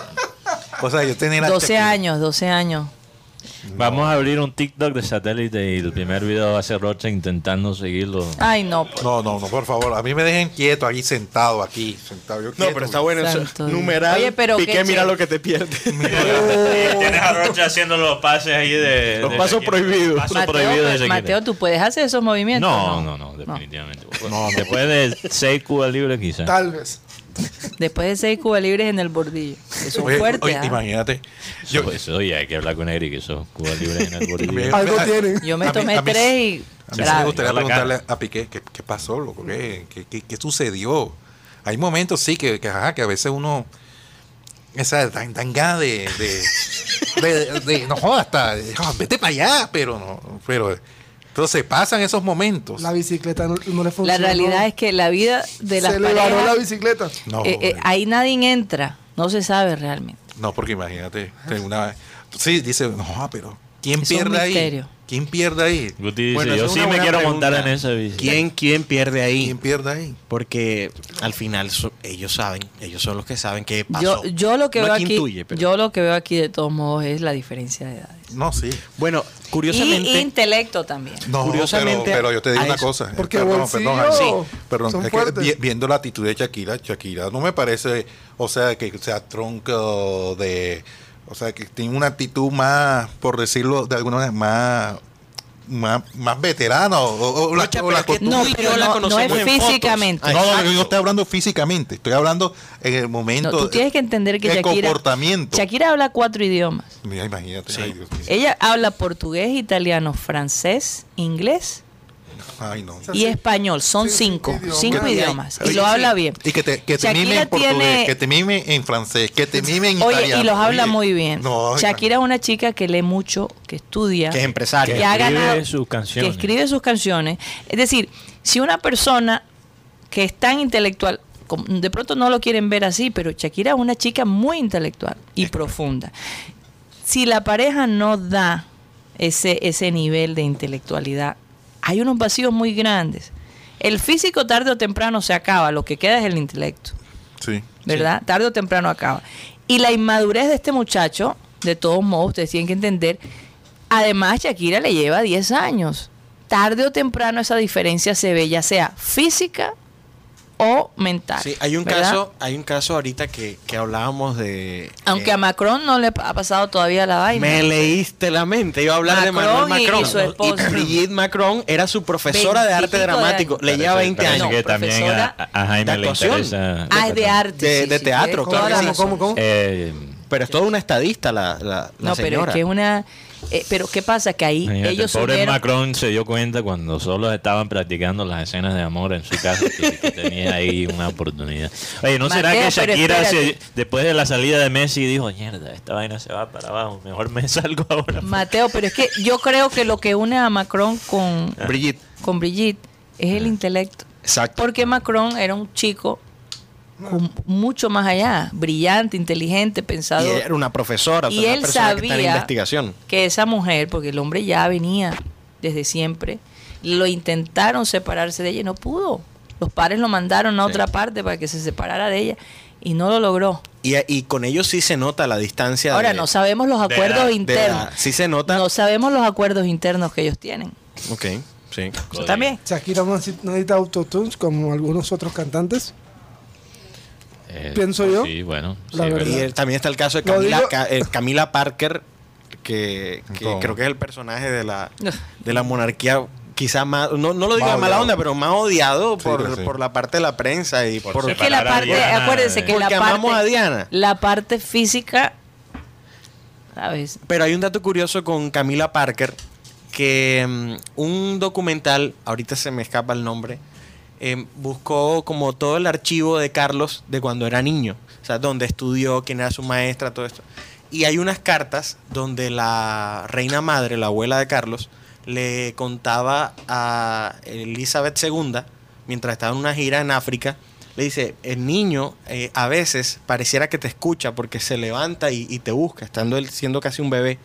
Speaker 4: o sea, yo tenía la
Speaker 2: 12
Speaker 4: Shakira.
Speaker 2: años, 12 años.
Speaker 3: Vamos a abrir un TikTok de satélite y el primer video va a ser Rocha intentando seguirlo.
Speaker 2: Ay, no. pues.
Speaker 4: No, no, no, por favor, a mí me dejen quieto aquí sentado, aquí sentado. Yo
Speaker 6: No,
Speaker 4: quieto.
Speaker 6: pero está bueno eso.
Speaker 2: Santo Dios.
Speaker 6: Numeral.
Speaker 2: Oye, pero
Speaker 6: Piqué,
Speaker 2: qué
Speaker 6: mira
Speaker 2: chévere.
Speaker 6: lo que te pierdes.
Speaker 2: Eh,
Speaker 3: Tienes a Rocha haciendo los pases ahí de.
Speaker 6: Los pasos prohibidos.
Speaker 3: Pasos prohibidos de
Speaker 2: Mateo,
Speaker 3: Shakira.
Speaker 2: Mateo, tú puedes hacer esos movimientos.
Speaker 3: No, no, no, definitivamente. Después de seis Cuba libres, quizás.
Speaker 5: Tal vez.
Speaker 2: Después de seis Cuba libres en el bordillo. Eso es
Speaker 4: Oye,
Speaker 2: fuerte.
Speaker 4: oye,
Speaker 2: ¿ah?
Speaker 4: imagínate.
Speaker 3: Eso,
Speaker 4: Yo,
Speaker 3: eso, oye, hay que hablar con Eric, eso Cuba libre en el
Speaker 4: Bien.
Speaker 3: bolillo.
Speaker 5: Algo
Speaker 4: a-
Speaker 5: tienen.
Speaker 2: Yo
Speaker 4: a
Speaker 2: me
Speaker 4: mí-
Speaker 2: tomé
Speaker 4: a mí-
Speaker 2: tres y.
Speaker 4: a mí sí me
Speaker 2: grave.
Speaker 4: gustaría
Speaker 3: No la
Speaker 4: preguntarle a Piqué qué, qué pasó, loco, qué, qué, qué- qué sucedió. Hay momentos, sí, que, que, ajá, que a veces uno. Esa tan, tan gana de, de, de- de- No jodas, hasta. "Ah, vete para allá, pero no. Pero. Entonces pasan esos momentos.
Speaker 5: La bicicleta no, no le
Speaker 2: La
Speaker 5: funciona.
Speaker 2: realidad es que la vida de las
Speaker 5: Se le varó la
Speaker 2: parejas,
Speaker 5: bicicleta.
Speaker 4: No,
Speaker 2: eh, eh,
Speaker 4: güey.
Speaker 2: ahí nadie entra. No se sabe realmente.
Speaker 4: No, porque imagínate, te- una Sí, dice, no, pero ¿quién
Speaker 2: Es un
Speaker 4: pierde ahí?
Speaker 2: misterio.
Speaker 4: ¿Quién pierde ahí?
Speaker 3: Guti dice,
Speaker 6: Bueno, esa
Speaker 3: yo
Speaker 6: es
Speaker 3: sí
Speaker 6: una
Speaker 3: me
Speaker 6: buena
Speaker 3: quiero montar en
Speaker 6: pregunta.
Speaker 3: esa bici.
Speaker 6: ¿Quién, ¿Quién pierde ahí?
Speaker 4: ¿Quién pierde ahí?
Speaker 6: Porque al final so- ellos saben, ellos son los que saben qué pasó.
Speaker 2: Yo, yo lo que
Speaker 6: No
Speaker 2: veo
Speaker 6: es
Speaker 2: aquí,
Speaker 6: intuye, pero-
Speaker 2: yo lo que veo aquí de todos modos es la diferencia de edades.
Speaker 4: No, sí.
Speaker 6: Bueno, curiosamente,
Speaker 2: Y intelecto también.
Speaker 4: No,
Speaker 6: Curiosamente,
Speaker 4: pero, pero yo te digo
Speaker 6: a
Speaker 4: una
Speaker 6: eso-
Speaker 4: cosa.
Speaker 5: porque
Speaker 4: perdón,
Speaker 5: bolsillo
Speaker 4: perdón, Alex.
Speaker 5: Sí.
Speaker 4: perdón,
Speaker 5: son
Speaker 4: es que
Speaker 5: fuertes.
Speaker 4: vi- viendo la actitud de Shakira, Shakira no me parece, o sea, que sea tronco de, o sea, que tiene una actitud más, por decirlo de alguna manera, más, más, más veterana o, o- o la,
Speaker 6: Rocha,
Speaker 4: o
Speaker 6: pero
Speaker 4: la
Speaker 6: es que
Speaker 4: costumbre.
Speaker 2: No,
Speaker 6: tú y
Speaker 2: pero
Speaker 6: yo la
Speaker 2: no- no
Speaker 6: conocemos
Speaker 2: es
Speaker 6: en fotos.
Speaker 2: físicamente.
Speaker 6: Ah,
Speaker 4: No, no, yo
Speaker 6: exacto.
Speaker 4: no estoy hablando físicamente, estoy hablando en el
Speaker 2: No,
Speaker 4: momento.
Speaker 2: tú tienes que entender que
Speaker 4: el
Speaker 2: Shakira,
Speaker 4: comportamiento.
Speaker 2: Shakira habla cuatro idiomas.
Speaker 4: Mira, imagínate. Ay, Dios mío.
Speaker 2: Ella habla portugués, italiano, francés, inglés
Speaker 4: Ay, no.
Speaker 2: y español. Son
Speaker 5: sí,
Speaker 2: cinco,
Speaker 5: idiomas.
Speaker 2: cinco
Speaker 5: Que-
Speaker 2: idiomas. Y
Speaker 4: Oye,
Speaker 2: lo
Speaker 4: sí.
Speaker 2: habla bien.
Speaker 4: Y que te, que te
Speaker 2: Shakira
Speaker 4: mime en portugués,
Speaker 2: tiene-
Speaker 4: que te mime en francés, que te mime en
Speaker 2: Oye,
Speaker 4: italiano.
Speaker 2: y los habla
Speaker 4: Oye,
Speaker 2: muy bien.
Speaker 4: no,
Speaker 2: Shakira es una chica que lee mucho, que estudia,
Speaker 6: que es empresario.
Speaker 2: que ha
Speaker 3: escribe
Speaker 2: ganado,
Speaker 3: sus canciones.
Speaker 2: que escribe sus canciones. Es decir, si una persona que es tan intelectual, como- de pronto no lo quieren ver así, pero Shakira es una chica muy intelectual y profunda. Si la pareja no da ese, ese nivel de intelectualidad, hay unos vacíos muy grandes. El físico tarde o temprano se acaba, lo que queda es el intelecto.
Speaker 4: Sí.
Speaker 2: ¿verdad? Tarde o temprano acaba. Y la inmadurez de este muchacho, de todos modos, ustedes tienen que entender, además Shakira le lleva 10 años. Tarde o temprano esa diferencia se ve, ya sea física o mental.
Speaker 6: Sí, hay un
Speaker 2: ¿verdad?
Speaker 6: caso, hay un caso ahorita que, que hablábamos de
Speaker 2: Aunque
Speaker 6: eh,
Speaker 2: a Macron no le ha pasado todavía la vaina.
Speaker 6: me leíste la mente. Iba a hablar de
Speaker 2: Macron
Speaker 6: Manuel
Speaker 2: y-
Speaker 6: Macron.
Speaker 2: y su esposa.
Speaker 6: Brigitte Macron era su profesora de arte
Speaker 2: Veintipico de
Speaker 6: dramático.
Speaker 2: años.
Speaker 6: Le lleva 20
Speaker 3: Parece
Speaker 6: años.
Speaker 3: que también a,
Speaker 2: profesora
Speaker 3: a Jaime
Speaker 6: de
Speaker 3: le
Speaker 6: actuación.
Speaker 3: interesa.
Speaker 2: ah, es de arte.
Speaker 6: De-
Speaker 2: sí,
Speaker 6: de
Speaker 2: sí,
Speaker 6: teatro,
Speaker 2: tienes
Speaker 6: claro
Speaker 2: toda
Speaker 6: que
Speaker 2: la
Speaker 6: sí.
Speaker 2: razón.
Speaker 5: ¿Cómo, cómo?
Speaker 3: Eh,
Speaker 6: Pero es toda una estadista la, la, la
Speaker 2: No, pero
Speaker 6: señora.
Speaker 2: es que es una. eh, pero ¿qué pasa? Que ahí
Speaker 3: Imagínate,
Speaker 2: ellos
Speaker 3: el pobre
Speaker 2: unieron-
Speaker 3: Macron se dio cuenta cuando solo estaban practicando las escenas de amor en su casa que, que tenía ahí una oportunidad. Oye, ¿no será
Speaker 2: Mateo,
Speaker 3: que
Speaker 2: pero
Speaker 3: Shakira se-
Speaker 2: espérate.
Speaker 3: después de la salida de Messi dijo, mierda, esta vaina se va para abajo, mejor me salgo ahora?
Speaker 2: Mateo, pero es que yo creo que lo que une a Macron con,
Speaker 6: Ah. Brigitte.
Speaker 2: con Brigitte es
Speaker 6: Ah.
Speaker 2: el intelecto.
Speaker 6: Exacto.
Speaker 2: Porque Macron era un chico con- mucho más allá, brillante, inteligente,
Speaker 6: Y
Speaker 2: pensador.
Speaker 6: ella era una profesora, o sea,
Speaker 2: y
Speaker 6: una
Speaker 2: él
Speaker 6: persona que está en
Speaker 2: sabía-
Speaker 6: investigación.
Speaker 2: que esa mujer, porque el hombre ya venía desde siempre, lo intentaron separarse de ella y no pudo. Los padres lo mandaron a
Speaker 6: Sí.
Speaker 2: otra parte para que se separara de ella y no lo logró.
Speaker 6: Y, y con ellos sí se nota la distancia.
Speaker 2: Ahora
Speaker 6: de-
Speaker 2: no sabemos los
Speaker 3: de
Speaker 2: acuerdos
Speaker 3: edad, de
Speaker 2: internos.
Speaker 6: edad. Sí se nota.
Speaker 2: No sabemos los acuerdos internos que ellos tienen.
Speaker 6: Ok, sí.
Speaker 2: Eso también.
Speaker 5: Shakira no neces- no necesita autotunes como algunos otros cantantes.
Speaker 3: Eh,
Speaker 5: Pienso yo.
Speaker 3: Sí, bueno.
Speaker 5: La
Speaker 3: sí,
Speaker 5: verdad.
Speaker 6: Y
Speaker 3: ¿verdad?
Speaker 6: él- también está el caso de
Speaker 5: Lo
Speaker 6: Camila,
Speaker 5: digo-
Speaker 6: Ca- eh, Camila Parker, que, que
Speaker 4: ¿Cómo?
Speaker 6: creo que es el personaje de la, de la monarquía, quizá más, no, no lo digo
Speaker 4: Más
Speaker 6: de mala
Speaker 4: odiado.
Speaker 6: onda, pero más odiado
Speaker 4: Sí,
Speaker 6: por,
Speaker 4: creo que sí.
Speaker 6: por la parte de la prensa y por...
Speaker 3: Por
Speaker 2: Es que la
Speaker 3: Separar a
Speaker 2: parte,
Speaker 3: Diana,
Speaker 2: acuérdense
Speaker 3: eh.
Speaker 2: que la
Speaker 6: Porque amamos
Speaker 2: parte,
Speaker 6: a Diana.
Speaker 2: la parte física, ¿sabes?
Speaker 6: Pero hay un dato curioso con Camila Parker, que mm, un documental, ahorita se me escapa el nombre, eh, buscó como todo el archivo de Carlos de cuando era niño, o sea, donde estudió, quién era su maestra, todo esto. Y hay unas cartas donde la reina madre, la abuela de Carlos, le contaba a Elizabeth II, mientras estaba en una gira en África, le dice, el niño eh, a veces pareciera que te escucha porque se levanta y, y te busca, estando él siendo casi un bebé,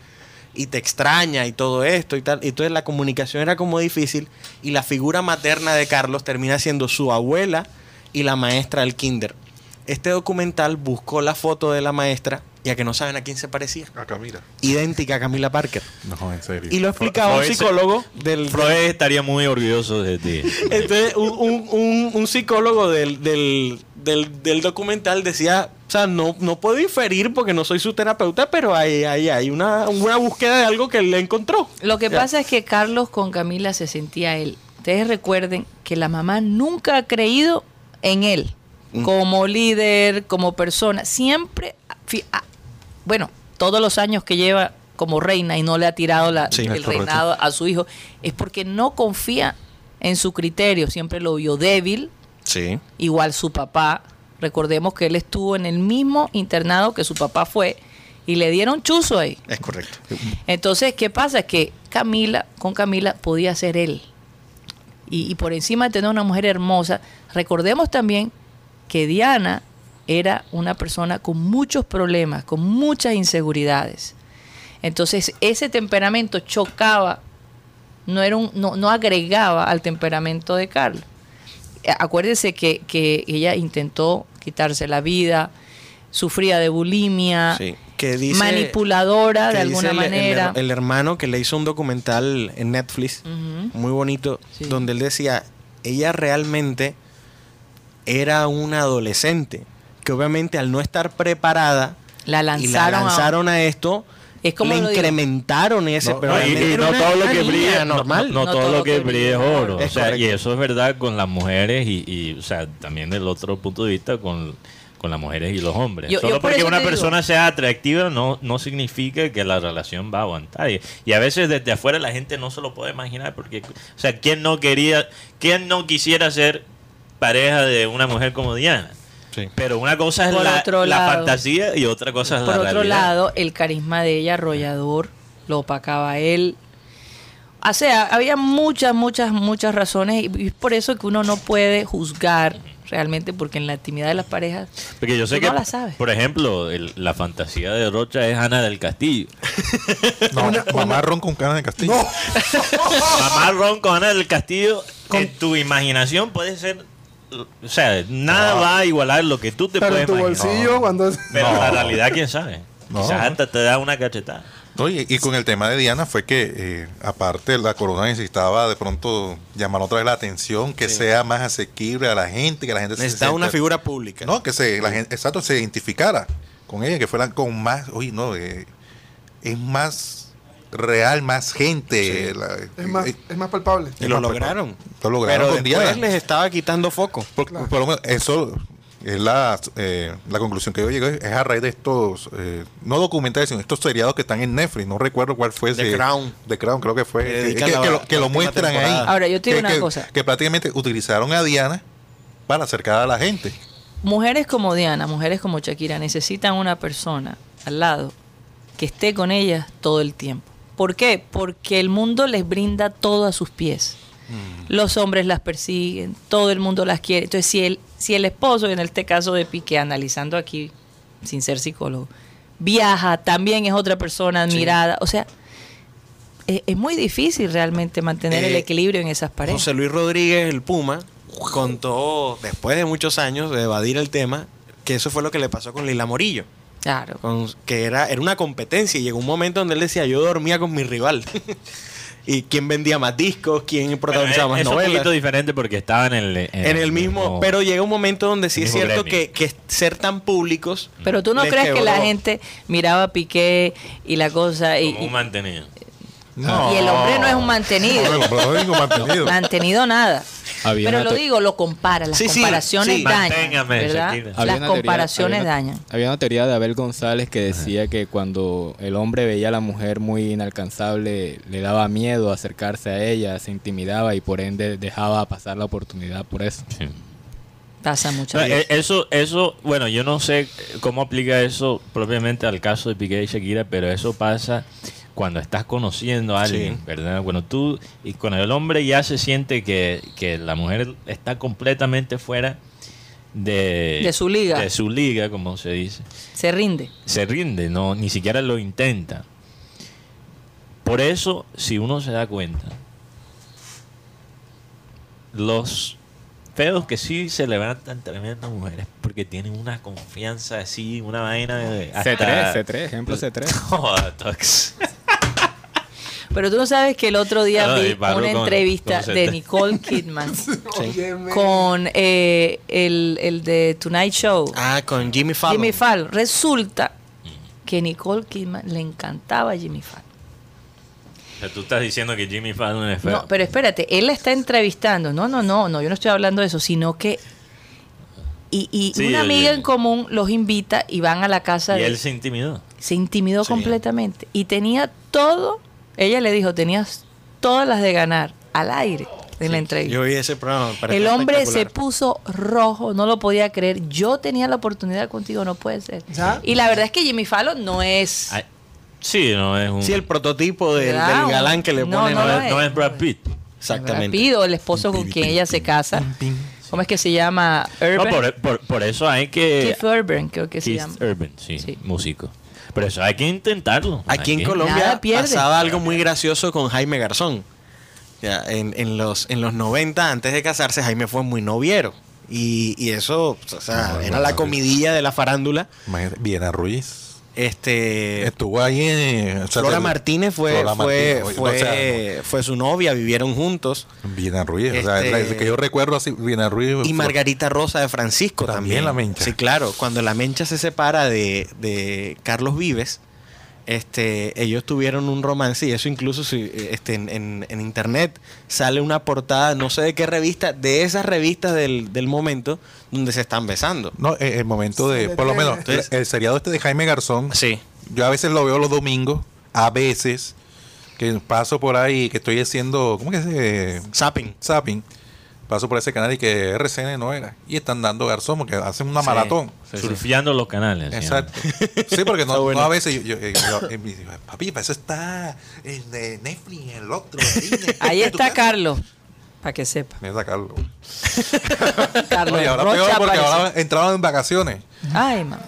Speaker 6: y te extraña y todo esto y tal. Y entonces la comunicación era como difícil y la figura materna de Carlos termina siendo su abuela y la maestra del kinder. Este documental buscó la foto de la maestra, ya que no saben a quién se parecía.
Speaker 4: Acá, mira.
Speaker 6: Idéntica a Camila Parker.
Speaker 4: No, en serio.
Speaker 6: Y lo explicaba un
Speaker 3: Freud se-
Speaker 6: psicólogo del...
Speaker 3: Freud estaría muy orgulloso de ti.
Speaker 6: Entonces, un, un- un- un psicólogo del, del- del- del documental decía, o sea, no, no puedo inferir porque no soy su terapeuta, pero hay, hay, hay una, una búsqueda de algo que él encontró.
Speaker 2: Lo que
Speaker 6: Ya.
Speaker 2: pasa es que Carlos con Camila se sentía él. Ustedes recuerden que la mamá nunca ha creído en él
Speaker 6: Mm.
Speaker 2: como líder, como persona. Siempre, fi- ah, bueno, todos los años que lleva como reina y no le ha tirado la-
Speaker 6: Sí,
Speaker 2: el
Speaker 6: es correcto.
Speaker 2: reinado a su hijo, es porque no confía en su criterio. Siempre lo vio débil,
Speaker 6: Sí.
Speaker 2: igual su papá. Recordemos que él estuvo en el mismo internado que su papá fue y le dieron chuzo ahí.
Speaker 6: Es correcto.
Speaker 2: Entonces, ¿qué pasa? Que Camila, con Camila, podía ser él. Y, y por encima de tener una mujer hermosa, recordemos también que Diana era una persona con muchos problemas, con muchas inseguridades. Entonces, ese temperamento chocaba, no, era un- no, no agregaba al temperamento de Carlos. Eh, Acuérdense que, que ella intentó quitarse la vida, sufría de bulimia,
Speaker 6: Que dice,
Speaker 2: manipuladora de
Speaker 6: que dice
Speaker 2: alguna
Speaker 6: el- el
Speaker 2: manera.
Speaker 6: her- El, hermano que le hizo un documental en Netflix,
Speaker 2: Ujú.
Speaker 6: muy bonito,
Speaker 2: Sí.
Speaker 6: donde él decía, ella realmente era una adolescente, que obviamente al no estar preparada
Speaker 2: La
Speaker 6: y la
Speaker 2: lanzaron. a-
Speaker 6: lanzaron a, esto,
Speaker 2: Es como
Speaker 6: le
Speaker 2: lo digo.
Speaker 6: incrementaron ese,
Speaker 3: No,
Speaker 6: pero
Speaker 3: no, y-
Speaker 6: realmente
Speaker 3: y
Speaker 6: era
Speaker 3: no
Speaker 6: una-
Speaker 3: todo lo
Speaker 6: una
Speaker 3: que
Speaker 6: niña
Speaker 3: brilla
Speaker 6: normal.
Speaker 3: No, no todo, lo que brilla es oro.
Speaker 6: Es
Speaker 3: o sea, y
Speaker 6: correcto.
Speaker 3: eso es verdad con las mujeres y, y, o sea, también del otro punto de vista con, con las mujeres y los hombres.
Speaker 2: Yo- yo
Speaker 3: Solo
Speaker 2: por
Speaker 3: porque
Speaker 2: eso
Speaker 3: una
Speaker 2: te digo-
Speaker 3: persona sea atractiva no, no significa que la relación va a aguantar. Y, y a veces desde afuera la gente no se lo puede imaginar porque, o sea, ¿quién no quería, quién no quisiera ser pareja de una mujer como Diana?
Speaker 6: Sí.
Speaker 3: Pero una cosa es
Speaker 2: Por
Speaker 3: la,
Speaker 2: otro
Speaker 3: la
Speaker 2: lado.
Speaker 3: fantasía y otra cosa es la
Speaker 2: Por otro
Speaker 3: realidad.
Speaker 2: lado, el carisma de ella, arrollador, lo opacaba a él. O sea, había muchas, muchas, muchas razones y y es por eso que uno no puede juzgar realmente porque en la intimidad de las parejas
Speaker 3: Porque yo sé
Speaker 2: Tú
Speaker 3: que,
Speaker 2: no la sabes.
Speaker 3: por ejemplo, el- la fantasía de Rocha es Ana del Castillo.
Speaker 4: No, mamá ron con cana de castillo.
Speaker 3: Mamá Ron con Ana del Castillo, en tu imaginación puede ser... O sea, nada va a igualar lo que tú te
Speaker 5: Pero
Speaker 3: puedes
Speaker 5: en tu
Speaker 3: imaginar.
Speaker 5: bolsillo, cuando.
Speaker 3: Pero
Speaker 4: No.
Speaker 3: la realidad, quién sabe.
Speaker 4: No.
Speaker 3: Quizás hasta te da una cachetada.
Speaker 4: Oye, y con el tema de Diana fue que, eh, aparte, la corona necesitaba de pronto llamar otra vez la atención, que sea más asequible a la gente, que la gente se
Speaker 6: Necesitaba una
Speaker 4: sienta-
Speaker 6: figura pública.
Speaker 4: No, que se, la gente, exacto, se identificara con ella, que fueran con más, oye, no, eh, es más real, más gente. la-
Speaker 5: Es más,
Speaker 4: eh,
Speaker 5: es más palpable.
Speaker 6: Y
Speaker 4: Es
Speaker 6: lo
Speaker 4: más- pues,
Speaker 6: lograron.
Speaker 4: Lo lograron
Speaker 6: pero
Speaker 4: con
Speaker 6: después
Speaker 4: Diana.
Speaker 6: les estaba quitando foco.
Speaker 4: por, por lo menos eso, es la, eh, la conclusión que yo llegué es a raíz de estos, eh, no documentales, sino estos seriados que están en Netflix. No recuerdo cuál fue
Speaker 6: The
Speaker 4: ese.
Speaker 6: Crown.
Speaker 4: The Crown, creo que fue.
Speaker 6: Que
Speaker 4: eh, Que,
Speaker 6: dedican la-
Speaker 4: que lo, que
Speaker 6: la
Speaker 4: lo
Speaker 6: última
Speaker 4: muestran ahí.
Speaker 6: temporada.
Speaker 2: Ahora, yo te digo
Speaker 4: Que-
Speaker 2: una
Speaker 4: que-
Speaker 2: cosa.
Speaker 4: Que prácticamente utilizaron a Diana para acercar a la gente.
Speaker 2: Mujeres como Diana, mujeres como Shakira necesitan una persona al lado que esté con ellas todo el tiempo. ¿Por qué? Porque el mundo les brinda todo a sus pies.
Speaker 6: Mm.
Speaker 2: Los hombres las persiguen, todo el mundo las quiere. Entonces, si el, si el esposo, en este caso de Piqué, analizando aquí, sin ser psicólogo, viaja, también es otra persona admirada. O sea, e, es, es muy difícil realmente mantener el
Speaker 6: Eh,
Speaker 2: equilibrio en esas parejas.
Speaker 6: José Luis Rodríguez, el Puma, contó después de muchos años de evadir el tema que eso fue lo que le pasó con Lila Morillo.
Speaker 2: Claro.
Speaker 6: con- que era, era una competencia y llegó un momento donde él decía yo dormía con mi rival. y quién vendía más discos, quién protagonizaba
Speaker 3: Bueno, es- es
Speaker 6: más
Speaker 3: un
Speaker 6: novelas.
Speaker 3: poquito diferente porque estaban en el,
Speaker 6: en el mismo, pero llega un momento donde sí
Speaker 3: el
Speaker 6: es
Speaker 3: mismo
Speaker 6: cierto
Speaker 3: gremio.
Speaker 6: que, que ser tan públicos.
Speaker 2: Pero tú no
Speaker 6: les
Speaker 2: crees que la
Speaker 6: quebró.
Speaker 2: gente miraba a Piqué y la cosa y,
Speaker 3: como un mantenido.
Speaker 2: Eh, y el hombre no es un mantenido.
Speaker 4: No, el hombre no es un mantenido.
Speaker 2: mantenido nada.
Speaker 7: Había
Speaker 2: Pero
Speaker 7: una
Speaker 2: lo
Speaker 7: te-
Speaker 2: digo, lo compara, las
Speaker 6: Sí, sí,
Speaker 2: comparaciones
Speaker 6: sí.
Speaker 2: dañan,
Speaker 3: Manténgame,
Speaker 2: ¿verdad?
Speaker 3: Shakira.
Speaker 7: Había
Speaker 2: Las
Speaker 7: una teoría-
Speaker 2: comparaciones
Speaker 7: había una-
Speaker 2: dañan.
Speaker 7: Había una teoría de Abel González que decía que cuando el hombre veía a la mujer muy inalcanzable, le daba miedo acercarse a ella, se intimidaba y por ende dejaba pasar la oportunidad por eso.
Speaker 2: Pasa mucho.
Speaker 3: No, eh, eso, eso, bueno, yo no sé cómo aplica eso propiamente al caso de Piqué y Shakira, pero eso pasa cuando estás conociendo a alguien,
Speaker 6: Sí.
Speaker 3: ¿verdad? Cuando tú, y con el hombre ya se siente que, que la mujer está completamente fuera de,
Speaker 2: De su liga.
Speaker 3: de su liga, como se dice.
Speaker 2: Se rinde.
Speaker 3: se rinde, no, ni siquiera lo intenta. Por eso, si uno se da cuenta, los feos que sí se levantan tremendas mujeres porque tienen una confianza así, una vaina de.
Speaker 7: C3, C3, ejemplo C3.
Speaker 3: Joda, Tox.
Speaker 2: Pero tú no sabes que el otro día
Speaker 3: Ay,
Speaker 2: vi
Speaker 3: Barro,
Speaker 2: una
Speaker 3: ¿cómo-
Speaker 2: entrevista
Speaker 3: cómo se
Speaker 2: de
Speaker 3: te-
Speaker 2: Nicole Kidman
Speaker 5: Óyeme.
Speaker 2: con eh, el, el de Tonight Show.
Speaker 6: Ah, con Jimmy Fallon.
Speaker 2: Jimmy Fallon. Resulta que Nicole Kidman le encantaba a Jimmy Fallon.
Speaker 3: O sea, tú estás diciendo que Jimmy Fallon es feo.
Speaker 2: No, pero espérate, él la está entrevistando. No, no, no, no, yo no estoy hablando de eso, sino que. Y, y
Speaker 3: Sí,
Speaker 2: una
Speaker 3: el-
Speaker 2: amiga en común los invita y van a la casa
Speaker 3: y
Speaker 2: de
Speaker 3: él se intimidó.
Speaker 2: Se intimidó
Speaker 6: Sí.
Speaker 2: completamente. Y tenía todo, ella le dijo, tenías todas las de ganar al aire en la entrevista.
Speaker 6: Yo vi ese programa. me pareció
Speaker 2: El hombre se
Speaker 6: espectacular.
Speaker 2: puso rojo, no lo podía creer. Yo tenía la oportunidad contigo, no puede ser.
Speaker 5: ¿Ya?
Speaker 2: Y la verdad es que Jimmy Fallon no es.
Speaker 3: Ay, sí, no es un.
Speaker 6: Sí, el prototipo del,
Speaker 2: ¿verdad?
Speaker 6: del galán que le
Speaker 2: No,
Speaker 6: ponen.
Speaker 3: no,
Speaker 6: a-
Speaker 3: es, no es Brad Pitt.
Speaker 6: Exactamente.
Speaker 2: Pido el esposo con quien ella se casa. ¿Cómo es que se llama?
Speaker 3: No,
Speaker 2: Urban.
Speaker 3: por, por- por eso hay que.
Speaker 2: Keith Urban, creo que se
Speaker 3: Eh, Keith
Speaker 2: llama.
Speaker 3: Urban, sí,
Speaker 2: Sí.
Speaker 3: músico. Pero eso hay que intentarlo.
Speaker 6: Aquí en
Speaker 3: Hay que-
Speaker 6: Colombia
Speaker 2: Nada pierde.
Speaker 6: pasaba algo muy gracioso con Jaime Garzón. Ya, en, en los, en los 90, antes de casarse, Jaime fue muy noviero. Y, y eso, o sea,
Speaker 4: Ah,
Speaker 6: era
Speaker 4: bueno,
Speaker 6: la comidilla de la farándula.
Speaker 4: Imagínate, Viena Ruiz.
Speaker 6: Este,
Speaker 4: Estuvo ahí en. o sea,
Speaker 6: Flora
Speaker 4: del-
Speaker 6: Martínez fue,
Speaker 4: Flora
Speaker 6: fue,
Speaker 4: Martínez,
Speaker 6: fue,
Speaker 4: o sea,
Speaker 6: fue su novia, vivieron juntos.
Speaker 4: Viena Ruiz. o sea,
Speaker 6: Este-
Speaker 4: la- que yo recuerdo así, Viena Ruiz.
Speaker 6: Y Margarita Rosa de Francisco también.
Speaker 4: También la Mencha.
Speaker 6: Sí, claro. Cuando la Mencha se separa de, de Carlos Vives, este, ellos tuvieron un romance y eso incluso si, este, en, en- en internet sale una portada, no sé de qué revista, de esas revistas del, del momento donde se están besando.
Speaker 4: No, eh, el momento de. Por lo menos,
Speaker 6: Entonces-
Speaker 4: el seriado este de Jaime Garzón.
Speaker 6: Sí.
Speaker 4: Yo a veces lo veo los domingos. A veces. Que paso por ahí, que estoy haciendo. ¿Cómo que se.?
Speaker 6: Zapping.
Speaker 4: Zapping. Paso por ese canal y que RCN no era. Y están dando Garzón porque hacen una
Speaker 6: Sí.
Speaker 4: maratón.
Speaker 3: surfeando los canales. ¿sí?
Speaker 4: Exacto. Sí, porque no,
Speaker 6: Está bueno.
Speaker 4: no a veces yo, yo- eh, yo- eh, me dice, papi, para eso está en eh, Netflix, el otro. cine".
Speaker 2: Ahí
Speaker 4: En tu
Speaker 2: está
Speaker 4: casa.
Speaker 2: Carlos, para que sepa.
Speaker 4: Mierda, Carlos.
Speaker 2: Carlos
Speaker 4: Oye, ahora
Speaker 2: Rocha
Speaker 4: peor porque
Speaker 2: apareció.
Speaker 4: ahora entraban en vacaciones.
Speaker 2: Ay, mamá.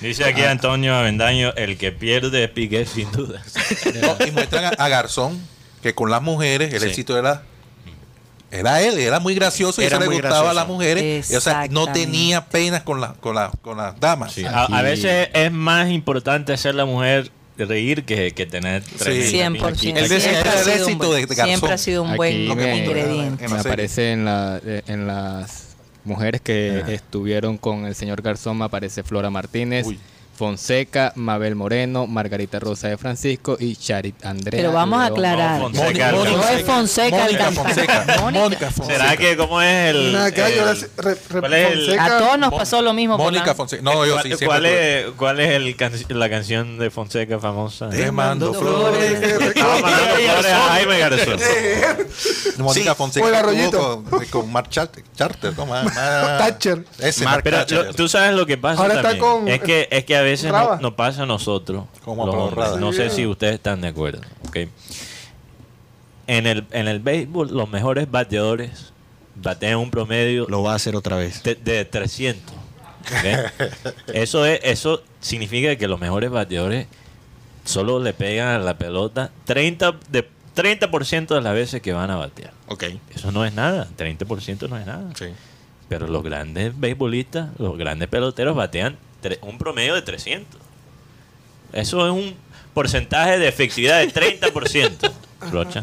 Speaker 3: Dice aquí Antonio Avendaño, el que pierde es Piqué, sin duda.
Speaker 4: No, y muestran a, a Garzón que con las mujeres el
Speaker 6: Sí.
Speaker 4: éxito era era él, era muy gracioso
Speaker 6: Era
Speaker 4: y eso
Speaker 6: muy
Speaker 4: le gustaba a
Speaker 6: gracioso.
Speaker 4: las mujeres. Y, o sea, no
Speaker 2: Exactamente.
Speaker 4: tenía penas con, la- con, la- con las damas.
Speaker 3: Sí, A, a
Speaker 7: Aquí-
Speaker 3: veces es más importante ser la mujer reír que, que tener tremenda mina
Speaker 2: 100%.
Speaker 3: aquí.
Speaker 4: Él decía,
Speaker 2: Siempre
Speaker 4: "Era
Speaker 2: ha
Speaker 4: el
Speaker 2: sido un
Speaker 4: éxito
Speaker 2: buen-
Speaker 4: de Garzón".
Speaker 2: Siempre ha sido un buen
Speaker 7: Aquí
Speaker 4: lo que
Speaker 7: me-
Speaker 2: ingrediente.
Speaker 4: en
Speaker 7: Me
Speaker 4: la serie.
Speaker 7: aparece en, la, eh, en Ah. las mujeres que estuvieron con el señor Garzón, me aparece Flora Martínez,
Speaker 4: Uy.
Speaker 7: Fonseca, Mabel Moreno, Margarita Rosa de Francisco y Charit Andrea.
Speaker 2: Pero vamos a
Speaker 7: León.
Speaker 2: aclarar.
Speaker 3: No, Fonseca,
Speaker 2: No,
Speaker 3: Mónica,
Speaker 2: es Fonseca el
Speaker 4: Mónica
Speaker 2: cantante.
Speaker 4: Fonseca.
Speaker 2: Mónica.
Speaker 4: Mónica Fonseca.
Speaker 3: ¿Será que cómo es el.
Speaker 5: Nada, que hay, ahora
Speaker 3: el-
Speaker 5: sí, re- re-
Speaker 3: ¿Cuál es el-
Speaker 5: Fonseca.
Speaker 2: A todos nos pasó lo mismo.
Speaker 4: Mónica
Speaker 2: Polanco.
Speaker 4: Fonseca. No, yo
Speaker 3: ¿Cuál,
Speaker 4: sí siempre
Speaker 3: cuál
Speaker 4: tuve.
Speaker 3: es, cuál es el can- la canción de Fonseca famosa?
Speaker 4: Te mando flores.
Speaker 3: Estaba mandando flores a Jaime Garzón.
Speaker 4: Mónica
Speaker 8: Sí.
Speaker 4: Fonseca.
Speaker 5: O el
Speaker 4: estuvo
Speaker 5: arroyito.
Speaker 4: Con, eh, con Mark Charter. Charter, no, más, más-
Speaker 5: Thatcher.
Speaker 4: Ese,
Speaker 3: Mar-
Speaker 4: Mark
Speaker 3: pero
Speaker 4: Thatcher.
Speaker 3: lo- tú sabes lo que pasa
Speaker 5: Ahora está
Speaker 3: también.
Speaker 5: con-
Speaker 3: es, que, es que a veces
Speaker 5: Raba.
Speaker 3: no, no pasa a nosotros.
Speaker 4: Como
Speaker 3: los
Speaker 4: a
Speaker 3: hombres.
Speaker 4: Raba.
Speaker 3: No sé
Speaker 5: Sí.
Speaker 3: si ustedes están de acuerdo. ¿ok? En, el, en el béisbol, los mejores bateadores batean un promedio
Speaker 6: Lo va a hacer otra vez.
Speaker 3: de, de 300. ¿ok? eso, es, eso significa que los mejores bateadores solo le pegan a la pelota 30%, de, 30 de las veces que van a batear.
Speaker 6: Ok.
Speaker 3: Eso no es nada, 30% no es nada.
Speaker 6: Sí.
Speaker 3: Pero los grandes beisbolistas, los grandes peloteros batean tre- un promedio de 300. Eso es un porcentaje de efectividad de 30%. Rocha.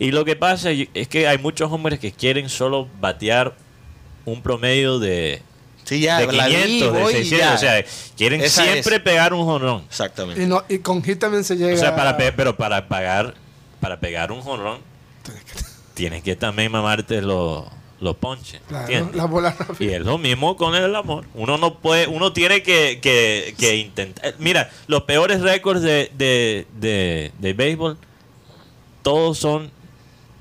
Speaker 3: Y lo que pasa y- es que hay muchos hombres que quieren solo batear un promedio de,
Speaker 6: Sí, ya.
Speaker 3: de
Speaker 6: la vi,
Speaker 3: 500, de
Speaker 6: voy y
Speaker 3: 600.
Speaker 6: ya.
Speaker 3: O sea, quieren
Speaker 6: Esa es.
Speaker 3: siempre pegar un jonrón.
Speaker 6: Exactamente.
Speaker 5: Y, no, y con hit también se llega.
Speaker 3: O sea, para pe- pero para pagar, para pegar un jonrón, tienes que también mamarte los los ponches.
Speaker 5: Claro,
Speaker 3: ¿entiendes?
Speaker 5: la bola rápida.
Speaker 3: Y es lo mismo con el amor. Uno no puede, uno tiene que, que, que intentar. Eh, Mira, los peores récords de, de, de, de béisbol, todos son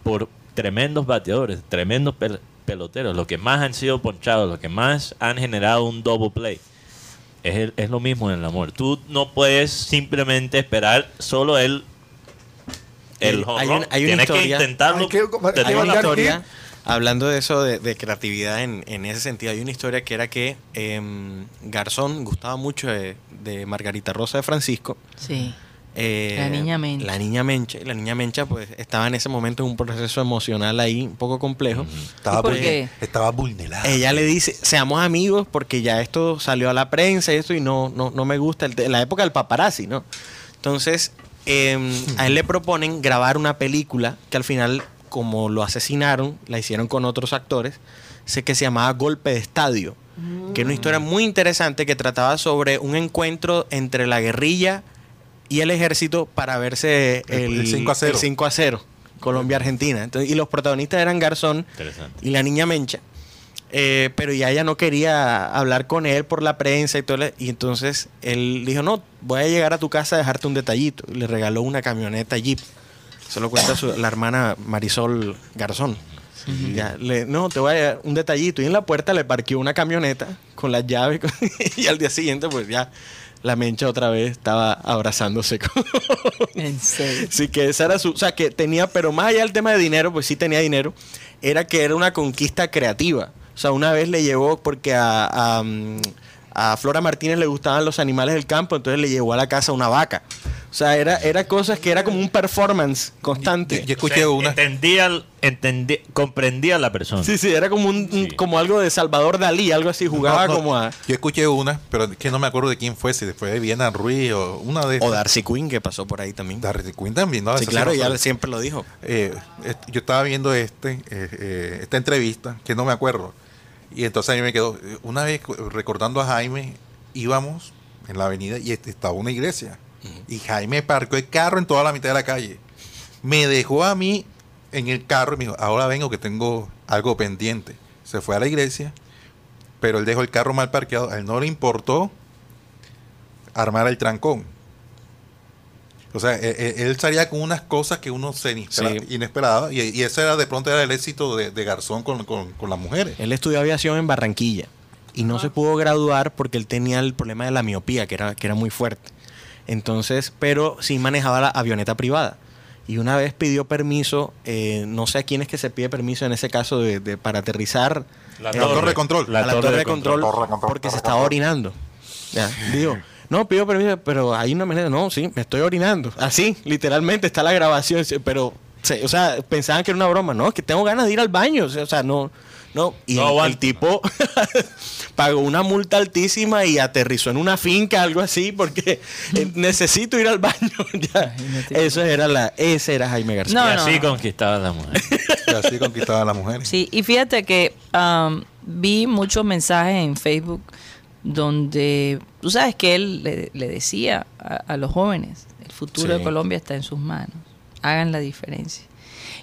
Speaker 3: por tremendos bateadores, tremendos pel- peloteros, los que más han sido ponchados, los que más han generado un double play. Es, el- es lo mismo en el amor. Tú no puedes simplemente esperar solo el el
Speaker 6: Hay
Speaker 3: home
Speaker 6: una-
Speaker 3: run.
Speaker 6: hay una
Speaker 3: Tienes
Speaker 6: historia-
Speaker 3: que intentarlo.
Speaker 5: Hay que-
Speaker 3: Te
Speaker 5: hay
Speaker 6: Hay
Speaker 3: digo
Speaker 6: una
Speaker 5: Igual
Speaker 3: la-
Speaker 5: que aquí-
Speaker 6: historia, hablando de eso, de, de creatividad en, en ese sentido, hay una historia que era que em, Garzón gustaba mucho de, de Margarita Rosa de Francisco.
Speaker 2: Sí.
Speaker 6: eh,
Speaker 2: La niña Mencha.
Speaker 6: La niña Mencha. Y la niña Mencha, pues, estaba en ese momento en un proceso emocional ahí un poco complejo.
Speaker 4: Estaba,
Speaker 2: ¿Y por
Speaker 4: vulne-
Speaker 2: qué?
Speaker 4: estaba vulnerable.
Speaker 6: Ella le dice, seamos amigos porque ya esto salió a la prensa y esto y no, no, no me gusta. El te- la época del paparazzi, ¿no? Entonces, eh, a él le proponen grabar una película que al final, como lo asesinaron, la hicieron con otros actores, sé que se llamaba Golpe de Estadio, que es una historia muy interesante que trataba sobre un encuentro entre la guerrilla y el ejército para verse
Speaker 4: El-
Speaker 6: el,
Speaker 4: el 5 a 0.
Speaker 6: el 5 a 0, Colombia-Argentina. Entonces, Y los protagonistas eran Garzón
Speaker 3: Interesante.
Speaker 6: y la niña Mencha. Eh, pero ya ella no quería hablar con él por la prensa y todo. le- Y entonces él dijo, no, voy a llegar a tu casa a dejarte un detallito. Y Le regaló una camioneta Jeep. Eso lo cuenta su- la hermana Marisol Garzón. Ya, le- no, te voy a llevar un detallito. Y en la puerta le parqueó una camioneta con las llaves. con- y al día siguiente, pues ya la mencha otra vez estaba abrazándose con,
Speaker 2: En serio.
Speaker 6: Sí, que esa era su. O sea, que tenía, pero más allá del tema de dinero, pues sí tenía dinero, era que era una conquista creativa. O sea, una vez le llevó, porque a, a, mm, a Flora Martínez le gustaban los animales del campo, entonces le llevó a la casa una vaca. O sea, era, era cosas que era como un performance constante.
Speaker 4: Yo- yo escuché
Speaker 3: O sea,
Speaker 4: una.
Speaker 3: Entendía, el- entendí- comprendía a la persona.
Speaker 6: Sí, sí, era como un, un-
Speaker 3: Sí.
Speaker 6: como algo de Salvador Dalí, algo así, jugaba
Speaker 4: No, no,
Speaker 6: como a.
Speaker 4: Yo escuché una, pero es que no me acuerdo de quién fue, si fue de Viena Ruiz o una de
Speaker 6: O Darcy Quinn, que pasó por ahí también.
Speaker 4: Darryl Quinn también, ¿no?
Speaker 6: sí,
Speaker 4: Eso
Speaker 6: claro,
Speaker 4: no
Speaker 6: ella
Speaker 4: sabe.
Speaker 6: siempre lo dijo.
Speaker 4: Eh, est- yo estaba viendo este, eh, eh, esta entrevista, que no me acuerdo. Y entonces a mí me quedó, eh, una vez cu- recordando a Jaime, íbamos en la avenida y este- estaba una iglesia. Y Jaime parcó el carro en toda la mitad de la calle. Me dejó a mí en el carro y me dijo, ahora vengo que tengo algo pendiente. Se fue a la iglesia, pero él dejó el carro mal parqueado. A él no le importó armar el trancón. O sea, e- e- él, salía con unas cosas que uno se inespera-
Speaker 6: Sí.
Speaker 4: inesperaba. Y, y eso era de pronto era el éxito de, de Garzón con, con- con las mujeres.
Speaker 6: Él estudió aviación en Barranquilla y no se pudo graduar porque él tenía el problema de la miopía, que era, que era muy fuerte. Entonces, pero sí manejaba la avioneta privada. Y una vez pidió permiso, eh, no sé a quién es que se pide permiso en ese caso de, de- para aterrizar
Speaker 3: La
Speaker 6: eh,
Speaker 4: La torre de control.
Speaker 6: a la torre, de control,
Speaker 4: Torre de control,
Speaker 6: porque
Speaker 4: torre
Speaker 6: se
Speaker 4: de
Speaker 6: estaba orinando. Ya, digo, no, pido permiso, pero hay una manera, no, sí, me estoy orinando. Así, literalmente, está la grabación, sí, pero, se- o sea, pensaban que era una broma, no, es que tengo ganas de ir al baño, o sea, no, no. Y
Speaker 3: No
Speaker 6: el- el,
Speaker 3: aguanto.
Speaker 6: tipo pagó una multa altísima y aterrizó en una finca, algo así, porque eh, necesito ir al baño. ya.
Speaker 2: Imagínate.
Speaker 6: Eso era la, ese era Jaime García.
Speaker 3: Y
Speaker 2: No, no,
Speaker 3: así
Speaker 2: no.
Speaker 3: conquistaba a la mujer.
Speaker 4: Y así conquistaban a las mujeres.
Speaker 2: um, Sí, y fíjate que am, vi muchos mensajes en Facebook donde tú sabes que él le, le decía a, a los jóvenes, el futuro
Speaker 6: Sí.
Speaker 2: de Colombia está en sus manos, hagan la diferencia.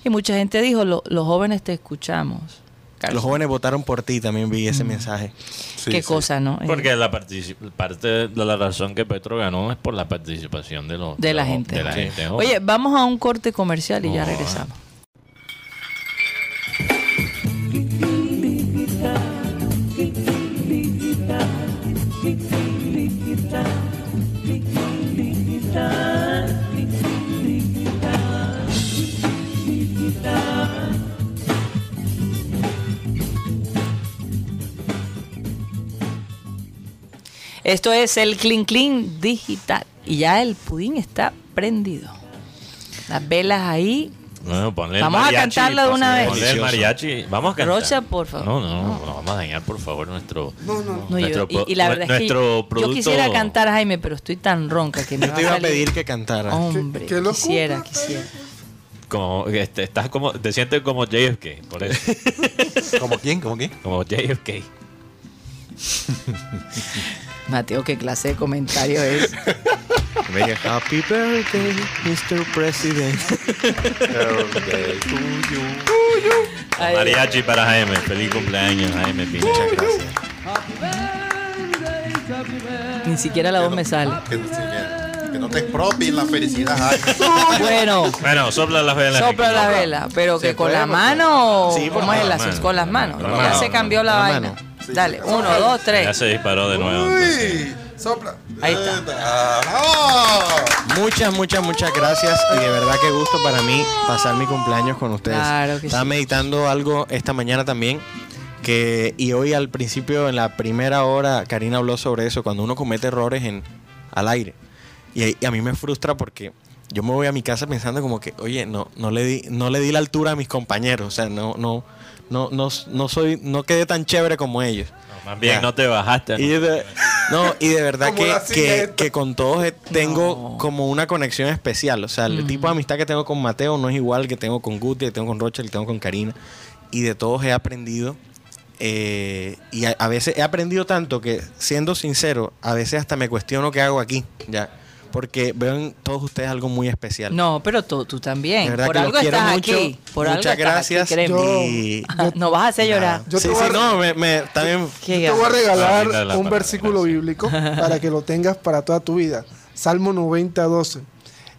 Speaker 2: Y mucha gente dijo, "Lo- los jóvenes te escuchamos.
Speaker 6: Los jóvenes votaron por ti, también vi ese mensaje.
Speaker 4: Sí,
Speaker 2: Qué
Speaker 4: sí.
Speaker 2: cosa, ¿no? Eh,
Speaker 3: Porque la partici- parte de la razón que Petro ganó es por la participación de, los,
Speaker 2: de la
Speaker 3: los-
Speaker 2: gente.
Speaker 3: de la
Speaker 2: Sí.
Speaker 3: gente joven.
Speaker 2: Oye, vamos a un corte comercial y ya
Speaker 3: No,
Speaker 2: regresamos. Esto es el Clean Clean Digital. Y ya el pudín está prendido. Las velas ahí.
Speaker 3: Bueno, ponle el
Speaker 2: Vamos a
Speaker 3: mariachi,
Speaker 2: cantarla de una vez.
Speaker 3: Ponle el mariachi. Vamos a cantar.
Speaker 2: Rocha, por favor.
Speaker 3: No, no, no, vamos a dañar, por favor, nuestro.
Speaker 5: No, no.
Speaker 2: No, yo-
Speaker 3: Nuestro
Speaker 2: y,
Speaker 3: pro-
Speaker 2: y la verdad es que
Speaker 3: nuestro
Speaker 2: yo- yo
Speaker 3: producto-
Speaker 2: quisiera cantar, Jaime, pero estoy tan ronca que me
Speaker 6: Yo
Speaker 2: va
Speaker 6: te iba a
Speaker 2: salir-
Speaker 6: pedir que cantara.
Speaker 2: Hombre,
Speaker 5: Que- que lo
Speaker 2: quisiera,
Speaker 5: cumpla,
Speaker 2: quisiera.
Speaker 3: Como, este, estás como, te sientes como JFK, por eso.
Speaker 4: ¿Como quién? ¿Como quién?
Speaker 3: como JFK.
Speaker 2: Mateo, qué clase de comentario es.
Speaker 6: Venga, Happy birthday, Mr. President.
Speaker 2: Ay,
Speaker 3: Mariachi para Jaime. Feliz cumpleaños, Jaime Pino.
Speaker 2: ni siquiera la voz me sale.
Speaker 9: Que, que- que no te expropien la felicidad. Ay,
Speaker 2: Bueno,
Speaker 3: Bueno, sopla las velas.
Speaker 2: sopla la
Speaker 3: Ricky.
Speaker 2: vela, pero que con
Speaker 9: puede,
Speaker 2: la
Speaker 9: porque-
Speaker 2: mano.
Speaker 6: Sí, por
Speaker 2: ¿Cómo
Speaker 6: la
Speaker 2: es el
Speaker 3: mano,
Speaker 2: asunto? Con las
Speaker 3: la
Speaker 2: manos.
Speaker 3: mano,
Speaker 2: ya
Speaker 3: la
Speaker 2: se
Speaker 3: mano.
Speaker 2: cambió la
Speaker 6: La
Speaker 2: vaina.
Speaker 6: mano.
Speaker 2: Dale, uno, dos,
Speaker 3: Ya
Speaker 2: tres.
Speaker 3: se disparó de nuevo. entonces.
Speaker 9: uy, sopla.
Speaker 2: Ahí está.
Speaker 9: Ah, ¡Bravo!
Speaker 6: Muchas, muchas, muchas gracias. Y de verdad que gusto para mí pasar mi cumpleaños con ustedes.
Speaker 2: Claro que
Speaker 6: Estaba
Speaker 2: sí.
Speaker 6: meditando algo esta mañana también. Que, y hoy al principio, en la primera hora, Karina habló sobre eso, cuando uno comete errores en, al aire. Y, y a mí me frustra porque yo me voy a mi casa pensando como que, oye, no, no, le, di, no le di la altura a mis compañeros. O sea, no, no, no, no, no soy, no quedé tan chévere como ellos.
Speaker 3: Más bien,
Speaker 6: Ya.
Speaker 3: no te bajaste.
Speaker 6: Y de, no, y de verdad
Speaker 5: Como
Speaker 6: que,
Speaker 5: la
Speaker 6: que,
Speaker 5: silueta.
Speaker 6: que con todos eh, tengo
Speaker 2: No. Mm.
Speaker 6: como una conexión especial. O sea, el tipo de amistad que tengo con Mateo no es igual que tengo con Guti, que tengo con Rocha, que tengo con Karina. Y de todos he aprendido. eh, y a, a veces he aprendido tanto que, siendo sincero, a veces hasta me cuestiono qué hago aquí. ya Porque veo en todos ustedes algo muy especial.
Speaker 2: No, pero tú, tú
Speaker 6: De
Speaker 2: también.
Speaker 6: verdad
Speaker 2: Por
Speaker 6: que
Speaker 2: algo
Speaker 6: los quiero
Speaker 2: estás
Speaker 6: mucho.
Speaker 2: aquí. Por
Speaker 6: Muchas
Speaker 2: algo estás
Speaker 6: gracias.
Speaker 2: Aquí, créeme.
Speaker 5: Yo-
Speaker 6: Y-
Speaker 2: Ajá, no vas a hacer llorar.
Speaker 5: Yo
Speaker 6: sí,
Speaker 5: te voy a
Speaker 6: sí,
Speaker 5: re-
Speaker 6: no, me, me- también
Speaker 2: Qué
Speaker 5: Yo te voy a
Speaker 2: ganas.
Speaker 3: Ah, mira la
Speaker 5: regalar un
Speaker 3: palabra,
Speaker 5: versículo
Speaker 3: gracias.
Speaker 5: bíblico para que lo tengas para toda tu vida. Salmo 90, 12.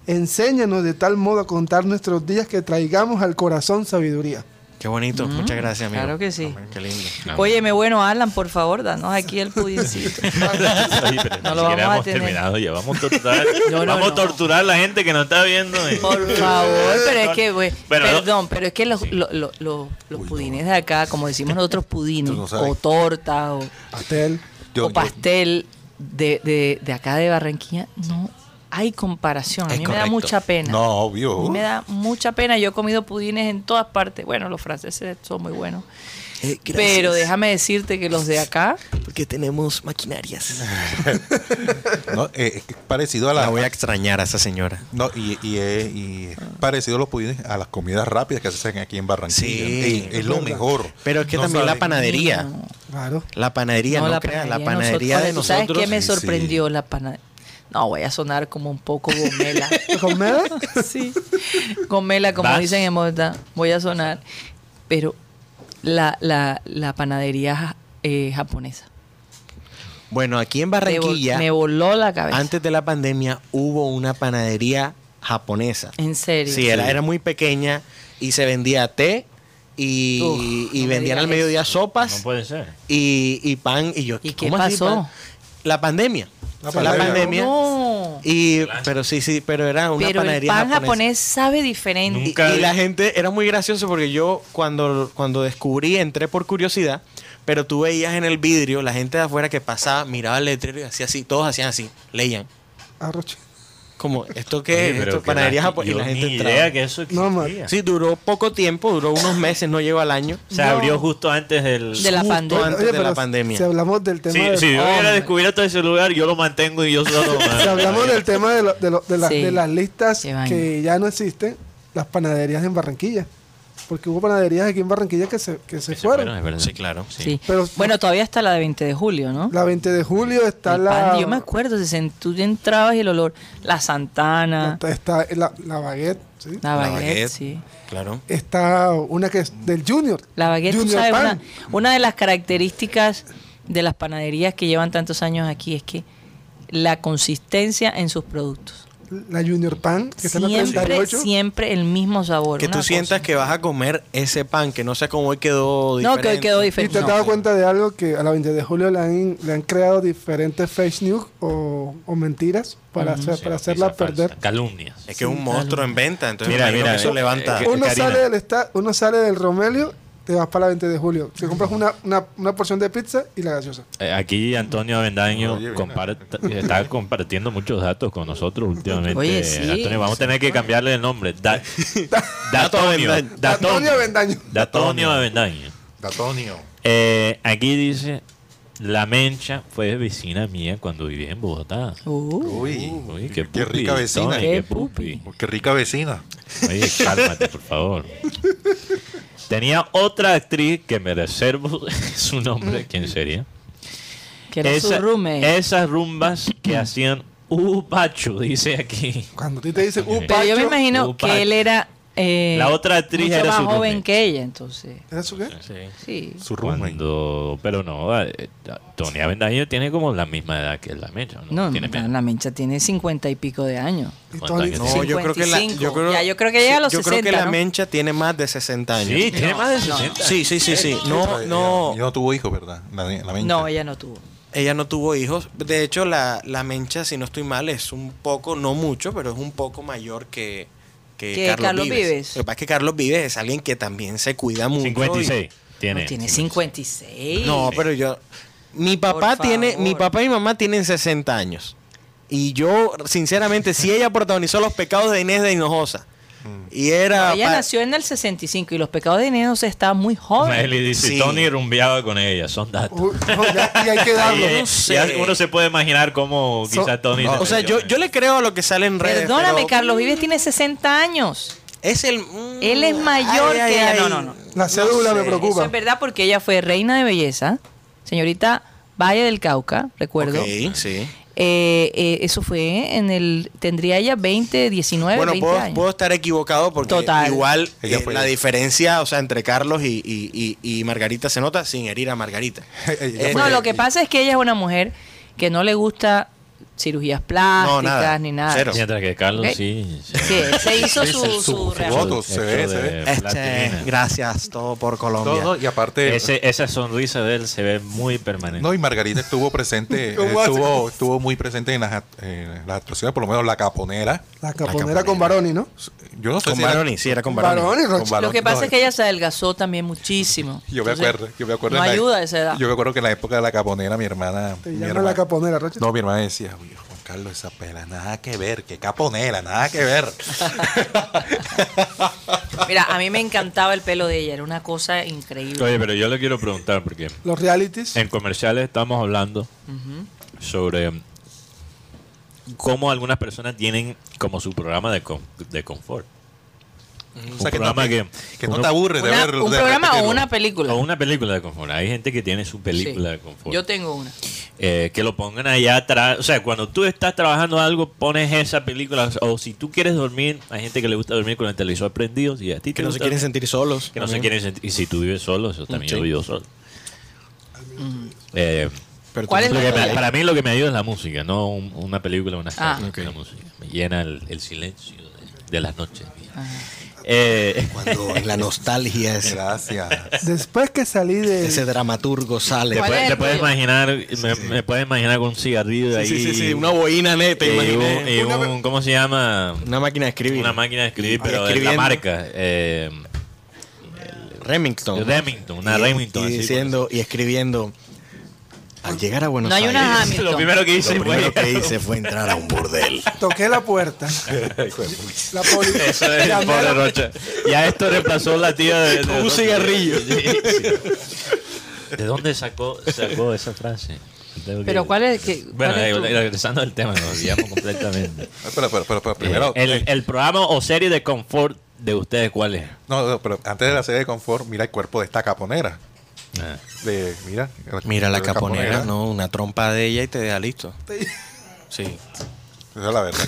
Speaker 5: Enséñanos de tal modo a contar nuestros días que traigamos al corazón sabiduría.
Speaker 6: Qué bonito, muchas gracias, amigo.
Speaker 2: Mm, claro que sí.
Speaker 6: Qué lindo.
Speaker 2: Óyeme, bueno, Alan, por favor, danos aquí el pudincito.
Speaker 3: Oye, pero
Speaker 2: No lo
Speaker 3: ni siquiera
Speaker 2: vamos a
Speaker 3: hemos
Speaker 2: tener.
Speaker 3: terminado ya. Vamos a torturar,
Speaker 2: No, no,
Speaker 3: vamos
Speaker 2: no.
Speaker 3: a, torturar a la gente que nos está viendo. eh.
Speaker 2: Por favor, pero es que, güey,
Speaker 3: Bueno, no-
Speaker 2: perdón, pero es que los, lo- lo- lo- los pudines de acá, como decimos nosotros, pudines,
Speaker 4: no sabes.
Speaker 2: o torta, o,
Speaker 5: Pastel.
Speaker 4: Yo-
Speaker 2: o
Speaker 4: yo-
Speaker 2: pastel de, de- de acá de Barranquilla, no hay comparación. A
Speaker 6: Es
Speaker 2: mí me da
Speaker 6: correcto.
Speaker 2: mucha pena.
Speaker 4: No,
Speaker 2: A mí
Speaker 4: obvio.
Speaker 2: me da mucha pena. Yo he comido pudines en todas partes. Bueno, los franceses son muy buenos.
Speaker 8: Eh, gracias,
Speaker 2: Pero déjame decirte que los de acá,
Speaker 8: Porque tenemos maquinarias.
Speaker 4: No, eh, es que es parecido a la.
Speaker 6: La voy a extrañar a esa señora.
Speaker 4: No, y, y es, y es parecido a los pudines a las comidas rápidas que se hacen aquí en Barranquilla.
Speaker 6: Sí.
Speaker 4: es, es lo mejor.
Speaker 6: Pero es que
Speaker 4: No
Speaker 6: también la
Speaker 4: saben.
Speaker 6: panadería.
Speaker 5: Claro.
Speaker 6: La panadería, no, creas, la panadería
Speaker 2: nosotros- Oye,
Speaker 6: de
Speaker 2: ¿tú
Speaker 6: nosotros.
Speaker 2: ¿Sabes qué me
Speaker 4: Sí,
Speaker 2: sorprendió la panadería? No, voy a sonar como un poco gomela.
Speaker 5: ¿Comer?
Speaker 2: sí. Gomela, como
Speaker 3: ¿Vas?
Speaker 2: dicen en Mota, voy a sonar. Pero la, la, la panadería ja- eh, japonesa.
Speaker 6: Bueno, aquí en
Speaker 2: Me, vol-
Speaker 6: Barranquilla,
Speaker 2: me pues. voló la cabeza.
Speaker 6: antes de la pandemia, hubo una panadería japonesa.
Speaker 2: en serio.
Speaker 6: Sí, era, era muy pequeña y se vendía té y,
Speaker 2: Uf,
Speaker 6: y
Speaker 2: no me
Speaker 6: vendían al
Speaker 2: digas
Speaker 6: mediodía
Speaker 3: No
Speaker 6: sopas
Speaker 3: puede ser.
Speaker 6: y, y pan. ¿Y, yo,
Speaker 2: ¿Y qué
Speaker 6: ¿cómo así,
Speaker 2: pasó?
Speaker 6: pan? La pandemia. La pandemia.
Speaker 4: pandemia.
Speaker 2: No.
Speaker 6: Y, pero sí, sí, pero era una
Speaker 2: Pero el
Speaker 6: panadería
Speaker 2: pan
Speaker 6: japonesa.
Speaker 2: japonés sabe diferente.
Speaker 6: Y,
Speaker 3: Nunca
Speaker 6: y
Speaker 3: vi-
Speaker 6: la gente era muy gracioso porque yo cuando, cuando descubrí, entré por curiosidad, pero tú veías en el vidrio la gente de afuera que pasaba, miraba el letrero y hacía así, todos hacían así, leían.
Speaker 5: Arroche.
Speaker 6: Como, ¿esto
Speaker 3: Oye,
Speaker 6: qué es?
Speaker 3: pero
Speaker 6: Esto
Speaker 3: que
Speaker 6: panadería
Speaker 3: la-
Speaker 6: japonesa. Y
Speaker 3: yo
Speaker 6: la gente
Speaker 3: ni
Speaker 6: entraba.
Speaker 3: idea que eso
Speaker 5: No, man.
Speaker 3: existía.
Speaker 6: Sí, duró poco tiempo, duró unos meses, no llegó al año.
Speaker 3: Se abrió justo antes del...
Speaker 2: De la
Speaker 6: Justo
Speaker 2: pandemia.
Speaker 6: antes de la
Speaker 5: pero
Speaker 6: pandemia.
Speaker 5: Si hablamos del tema
Speaker 3: Sí,
Speaker 5: de,
Speaker 3: si yo hubiera
Speaker 2: Hombre.
Speaker 3: descubierto ese lugar, yo lo mantengo y yo solo...
Speaker 5: si hablamos del tema de, lo- de lo- de la-
Speaker 2: Sí.
Speaker 5: de las listas
Speaker 2: Qué vaina.
Speaker 5: que ya no existen, las panaderías en Barranquilla. Porque hubo panaderías aquí en Barranquilla que se, que se
Speaker 3: Se
Speaker 5: fueron.
Speaker 3: fueron, es verdad.
Speaker 6: Sí, claro.
Speaker 2: Sí.
Speaker 5: Pero-
Speaker 2: bueno, todavía está la de 20 de julio, ¿no?
Speaker 5: La 20 de julio está
Speaker 2: El
Speaker 5: la.
Speaker 2: pan, yo me acuerdo, se sent- tú entrabas y el olor, la Santana,
Speaker 5: Está, está la, la baguette, ¿sí?
Speaker 2: la baguette,
Speaker 6: baguette.
Speaker 2: sí.
Speaker 6: Claro.
Speaker 5: Está una que es del Junior.
Speaker 2: La baguette, tú
Speaker 5: Junior
Speaker 2: sabes, una,
Speaker 5: Pan.
Speaker 2: una de las características de las panaderías que llevan tantos años aquí es que la consistencia en sus productos.
Speaker 5: La Junior Pan, que está en la
Speaker 2: Siempre,
Speaker 5: 38.
Speaker 2: siempre el mismo sabor.
Speaker 6: Que
Speaker 2: una
Speaker 6: tú
Speaker 2: cosa.
Speaker 6: sientas que vas a comer ese pan, que no sé cómo hoy quedó
Speaker 2: No,
Speaker 6: diferente.
Speaker 2: que hoy quedó
Speaker 5: Y te
Speaker 2: diferente.
Speaker 5: has
Speaker 2: No.
Speaker 5: dado cuenta de algo que a la 20 de julio le han, le han creado diferentes fake news o, o mentiras para, hacer,
Speaker 3: Sí, noticia
Speaker 5: para hacerla
Speaker 3: falsa,
Speaker 5: perder.
Speaker 3: Calumnias.
Speaker 6: Es que es un monstruo en venta, entonces
Speaker 3: Mira,
Speaker 6: mira,
Speaker 3: mira,
Speaker 6: eso
Speaker 3: eh,
Speaker 6: levanta.
Speaker 3: eh,
Speaker 5: uno,
Speaker 3: Karina.
Speaker 5: sale del esta- uno sale del Romelio, te vas para la 20 de julio. Te compras una, una, una porción de pizza y la gaseosa.
Speaker 3: Eh, Aquí Antonio Avendaño
Speaker 9: Oye, mira.
Speaker 3: comparta- está compartiendo muchos datos con nosotros últimamente. Eh,
Speaker 2: Oye, sí.
Speaker 3: Antonio, vamos a tener que cambiarle el nombre. Da- Datonio.
Speaker 6: Avendaño.
Speaker 5: Datonio Avendaño.
Speaker 3: Datonio Avendaño.
Speaker 9: Datonio.
Speaker 3: Eh, aquí dice, la mencha fue vecina mía cuando vivía en Bogotá.
Speaker 2: Uh,
Speaker 9: Uy.
Speaker 3: Uy, qué,
Speaker 9: qué
Speaker 3: pupi,
Speaker 9: rica vecina.
Speaker 3: Tony,
Speaker 2: Qué
Speaker 3: qué pupi.
Speaker 9: Qué rica vecina.
Speaker 3: Oye, cálmate, por favor. Tenía otra actriz que me reservo su nombre. ¿Quién sería?
Speaker 2: que era su
Speaker 3: Esa-
Speaker 2: roommate.
Speaker 3: Esas rumbas que hacían uh pacho, dice aquí.
Speaker 5: Cuando a ti te dicen, uh,
Speaker 2: Pero yo me
Speaker 5: Pacho",
Speaker 2: imagino
Speaker 3: Uh,
Speaker 2: que
Speaker 3: Pacho.
Speaker 2: él era. eh,
Speaker 3: La otra actriz
Speaker 2: mucho
Speaker 3: era
Speaker 2: más
Speaker 3: su
Speaker 2: joven
Speaker 3: roommate.
Speaker 2: que ella, entonces.
Speaker 5: ¿Era su qué?
Speaker 2: Sí.
Speaker 9: Su roommate.
Speaker 3: Cuando, pero no, eh, Tony Avendaño tiene como la misma edad que la mencha.
Speaker 2: No,
Speaker 3: tiene menos.
Speaker 2: la mencha tiene cincuenta y pico de años.
Speaker 5: Y
Speaker 3: ¿Cuántos
Speaker 5: Tony-
Speaker 3: años
Speaker 6: No, yo creo que la.
Speaker 2: 55.
Speaker 6: Yo creo,
Speaker 2: Ya, yo creo que llega a los
Speaker 6: Yo creo que
Speaker 2: 60,
Speaker 6: la
Speaker 2: ¿no?
Speaker 6: mencha tiene más de 60 años.
Speaker 3: Sí, tiene más de 60.
Speaker 6: Sí, sí, sí, sí. No, no.
Speaker 9: Yo no tuvo hijos, ¿verdad? La, la mencha.
Speaker 2: No, ella no tuvo.
Speaker 6: Ella no tuvo hijos. De hecho, la, la mencha, si no estoy mal, es un poco, no mucho, pero es un poco mayor que, que
Speaker 2: Que
Speaker 6: Carlos,
Speaker 2: Carlos
Speaker 6: Vives.
Speaker 2: Vives.
Speaker 6: Lo que pasa es que Carlos Vives es alguien que también se cuida mucho. y-
Speaker 3: 56. Tiene.
Speaker 2: No, tiene 56.
Speaker 6: No, pero yo. Mi papá
Speaker 2: Por
Speaker 6: tiene. Mi
Speaker 2: favor.
Speaker 6: papá y mamá tienen 60 años. Y yo, sinceramente, si ella protagonizó los pecados de Inés de Hinojosa. Y era.
Speaker 2: Mm. ella
Speaker 6: Ah, pa-
Speaker 2: nació en el 65 y los pecados de dinero se está muy joven.
Speaker 3: Meli dice,
Speaker 6: Sí.
Speaker 3: Tony rumbeaba con ella, son datos.
Speaker 5: Uh, no, ya- y hay que
Speaker 3: Ahí,
Speaker 5: darlo.
Speaker 3: eh,
Speaker 6: no sé.
Speaker 3: ya uno se puede imaginar cómo
Speaker 6: So-
Speaker 3: quizá Tony...
Speaker 6: No,
Speaker 3: se
Speaker 6: o sea, yo, yo le creo a lo que sale en redes.
Speaker 2: Perdóname,
Speaker 6: pero
Speaker 2: Carlos Vives tiene 60 años.
Speaker 6: Es el. mm,
Speaker 2: Él es mayor
Speaker 6: ay,
Speaker 2: que
Speaker 6: ay,
Speaker 2: ella.
Speaker 6: ay.
Speaker 2: No, no, no.
Speaker 5: La cédula me
Speaker 2: Eso
Speaker 5: preocupa.
Speaker 2: es verdad porque ella fue reina de belleza, señorita Valle del Cauca, recuerdo.
Speaker 6: Ok, sí.
Speaker 2: Eh, eh, eso fue en el. Tendría ella 20, 19,
Speaker 6: Bueno,
Speaker 2: 20
Speaker 6: puedo,
Speaker 2: años.
Speaker 6: puedo estar equivocado porque
Speaker 2: Total.
Speaker 6: igual
Speaker 9: Ella
Speaker 6: eh,
Speaker 9: fue
Speaker 6: la
Speaker 9: ella.
Speaker 6: diferencia, o sea, entre Carlos y, y- y- y Margarita se nota sin herir a Margarita.
Speaker 9: Ella
Speaker 6: Eh,
Speaker 9: fue-
Speaker 2: No, lo que pasa es que ella es una mujer que no le gusta cirugías plásticas
Speaker 6: No, nada.
Speaker 2: ni nada.
Speaker 6: Cero.
Speaker 3: Mientras que Carlos
Speaker 2: Ok.
Speaker 3: sí...
Speaker 2: Sí, él se hizo
Speaker 9: Sí,
Speaker 2: su,
Speaker 9: sí, su-
Speaker 2: su,
Speaker 9: su
Speaker 2: reacción.
Speaker 9: voto. se ve, se ve.
Speaker 6: Este, gracias, todo por Colombia.
Speaker 9: Todo, y aparte.
Speaker 3: Ese, esa sonrisa de él se ve muy permanente.
Speaker 9: No, y Margarita estuvo presente, eh,
Speaker 5: ¿Cómo hace?
Speaker 9: estuvo, estuvo muy presente en las, act- eh, las actuaciones, por lo menos la caponera.
Speaker 5: La caponera con Baroni, ¿no?
Speaker 9: Yo no sé
Speaker 6: Con
Speaker 9: si era-
Speaker 6: Baroni, sí, era con Baroni.
Speaker 5: Baroni,
Speaker 9: con
Speaker 5: Rocha.
Speaker 9: Baroni.
Speaker 2: Lo que pasa
Speaker 9: No,
Speaker 2: es que ella se adelgazó también muchísimo.
Speaker 9: Yo me
Speaker 2: Entonces,
Speaker 9: acuerdo, yo me acuerdo.
Speaker 2: No
Speaker 9: en la-
Speaker 2: ayuda a esa edad.
Speaker 9: Yo me acuerdo que en la época de la caponera, mi hermana.
Speaker 5: Te
Speaker 9: mi
Speaker 5: llama
Speaker 9: hermana-
Speaker 5: la caponera, Rocha.
Speaker 9: No, mi hermana decía, "Uy, Juan Carlos, esa pela, nada que ver, que caponera, nada que ver.
Speaker 2: Mira, a mí me encantaba el pelo de ella, era una cosa increíble.
Speaker 3: Oye, pero yo le quiero preguntar porque
Speaker 5: Los realities.
Speaker 3: en comerciales estamos hablando sobre um, cómo algunas personas tienen como su programa de, con- de confort.
Speaker 9: O sea,
Speaker 3: un
Speaker 9: que
Speaker 3: programa
Speaker 9: no,
Speaker 3: que,
Speaker 9: que no
Speaker 3: uno-
Speaker 9: te aburre de
Speaker 2: Una-
Speaker 9: ver.
Speaker 2: un
Speaker 9: de
Speaker 2: programa o
Speaker 9: repetirlo.
Speaker 2: una película.
Speaker 3: o una película de confort. Hay gente que tiene su película
Speaker 2: Sí.
Speaker 3: de confort.
Speaker 2: Yo tengo una.
Speaker 3: Eh, que lo pongan allá atrás. O sea, cuando tú estás trabajando algo, pones esa película. O si tú quieres dormir, hay gente que le gusta dormir con el televisor prendido. Si a ti te
Speaker 6: Que no se
Speaker 3: gusta-
Speaker 6: quieren sentir solos.
Speaker 3: que no se
Speaker 6: también.
Speaker 3: quieren sentir. Y si tú vives solo, eso también yo
Speaker 6: Sí.
Speaker 3: vivo solo. Eh,
Speaker 6: Pero tú-
Speaker 2: ¿Cuál es
Speaker 3: lo
Speaker 2: la
Speaker 3: que me-
Speaker 2: tuya?
Speaker 3: para mí lo que me ayuda es la música, no un- una película, una serie,
Speaker 2: Ah.
Speaker 3: sino la música. Me llena el, el silencio de, de las noches. Eh,
Speaker 8: Cuando la nostalgia es
Speaker 9: Gracias.
Speaker 5: Después que salí de...
Speaker 8: ese dramaturgo sale.
Speaker 3: te,
Speaker 2: ¿Cuál
Speaker 6: pues.
Speaker 3: puedes-
Speaker 2: es
Speaker 3: te
Speaker 2: el
Speaker 3: puedes
Speaker 2: tuyo?
Speaker 3: imaginar, me, me puedes imaginar con un cigarrillo ahí.
Speaker 6: Sí, sí, sí, una boina neta,
Speaker 3: y
Speaker 6: imaginé.
Speaker 3: un- y un- ¿Cómo se llama?
Speaker 6: Una máquina de escribir.
Speaker 3: Una máquina de escribir, pero de la
Speaker 6: Escribiendo.
Speaker 3: marca. Eh,
Speaker 6: Remington.
Speaker 3: Remington, una
Speaker 6: Y-
Speaker 3: Remington.
Speaker 6: Y
Speaker 3: así, pues.
Speaker 6: diciendo y escribiendo. Al llegar a Buenos
Speaker 2: No hay
Speaker 6: Aires.
Speaker 2: una
Speaker 3: pues. Lo
Speaker 2: Hamilton.
Speaker 3: primero que hice
Speaker 8: Lo primero
Speaker 3: fue.
Speaker 8: que hice fue entrar a un burdel.
Speaker 5: Toqué la puerta. la policía.
Speaker 3: Eso es el
Speaker 5: Llamé a
Speaker 3: pobre
Speaker 5: la-
Speaker 3: Rocha. Ya esto reemplazó la tía de. de
Speaker 6: un
Speaker 3: Rocha.
Speaker 6: cigarrillo.
Speaker 3: Sí, sí. ¿De dónde sacó, sacó esa frase? Tengo que-
Speaker 2: Pero ¿cuál es que-
Speaker 3: Bueno,
Speaker 2: cuál es
Speaker 3: eh,
Speaker 2: tu-
Speaker 3: regresando
Speaker 4: Ah,
Speaker 3: al tema, nos olvidamos completamente. Eh,
Speaker 9: pero, pero, pero, pero primero.
Speaker 3: el, el programa o serie de confort ¿De ustedes cuál es?
Speaker 4: No, no, pero antes de la serie de confort, mira el cuerpo de esta caponera.
Speaker 3: Ah.
Speaker 4: De, mira. el
Speaker 6: Mira la
Speaker 4: cuerpo de
Speaker 6: caponera, ¿no? Una trompa de ella y te deja listo. Sí.
Speaker 4: Esa es la verdad.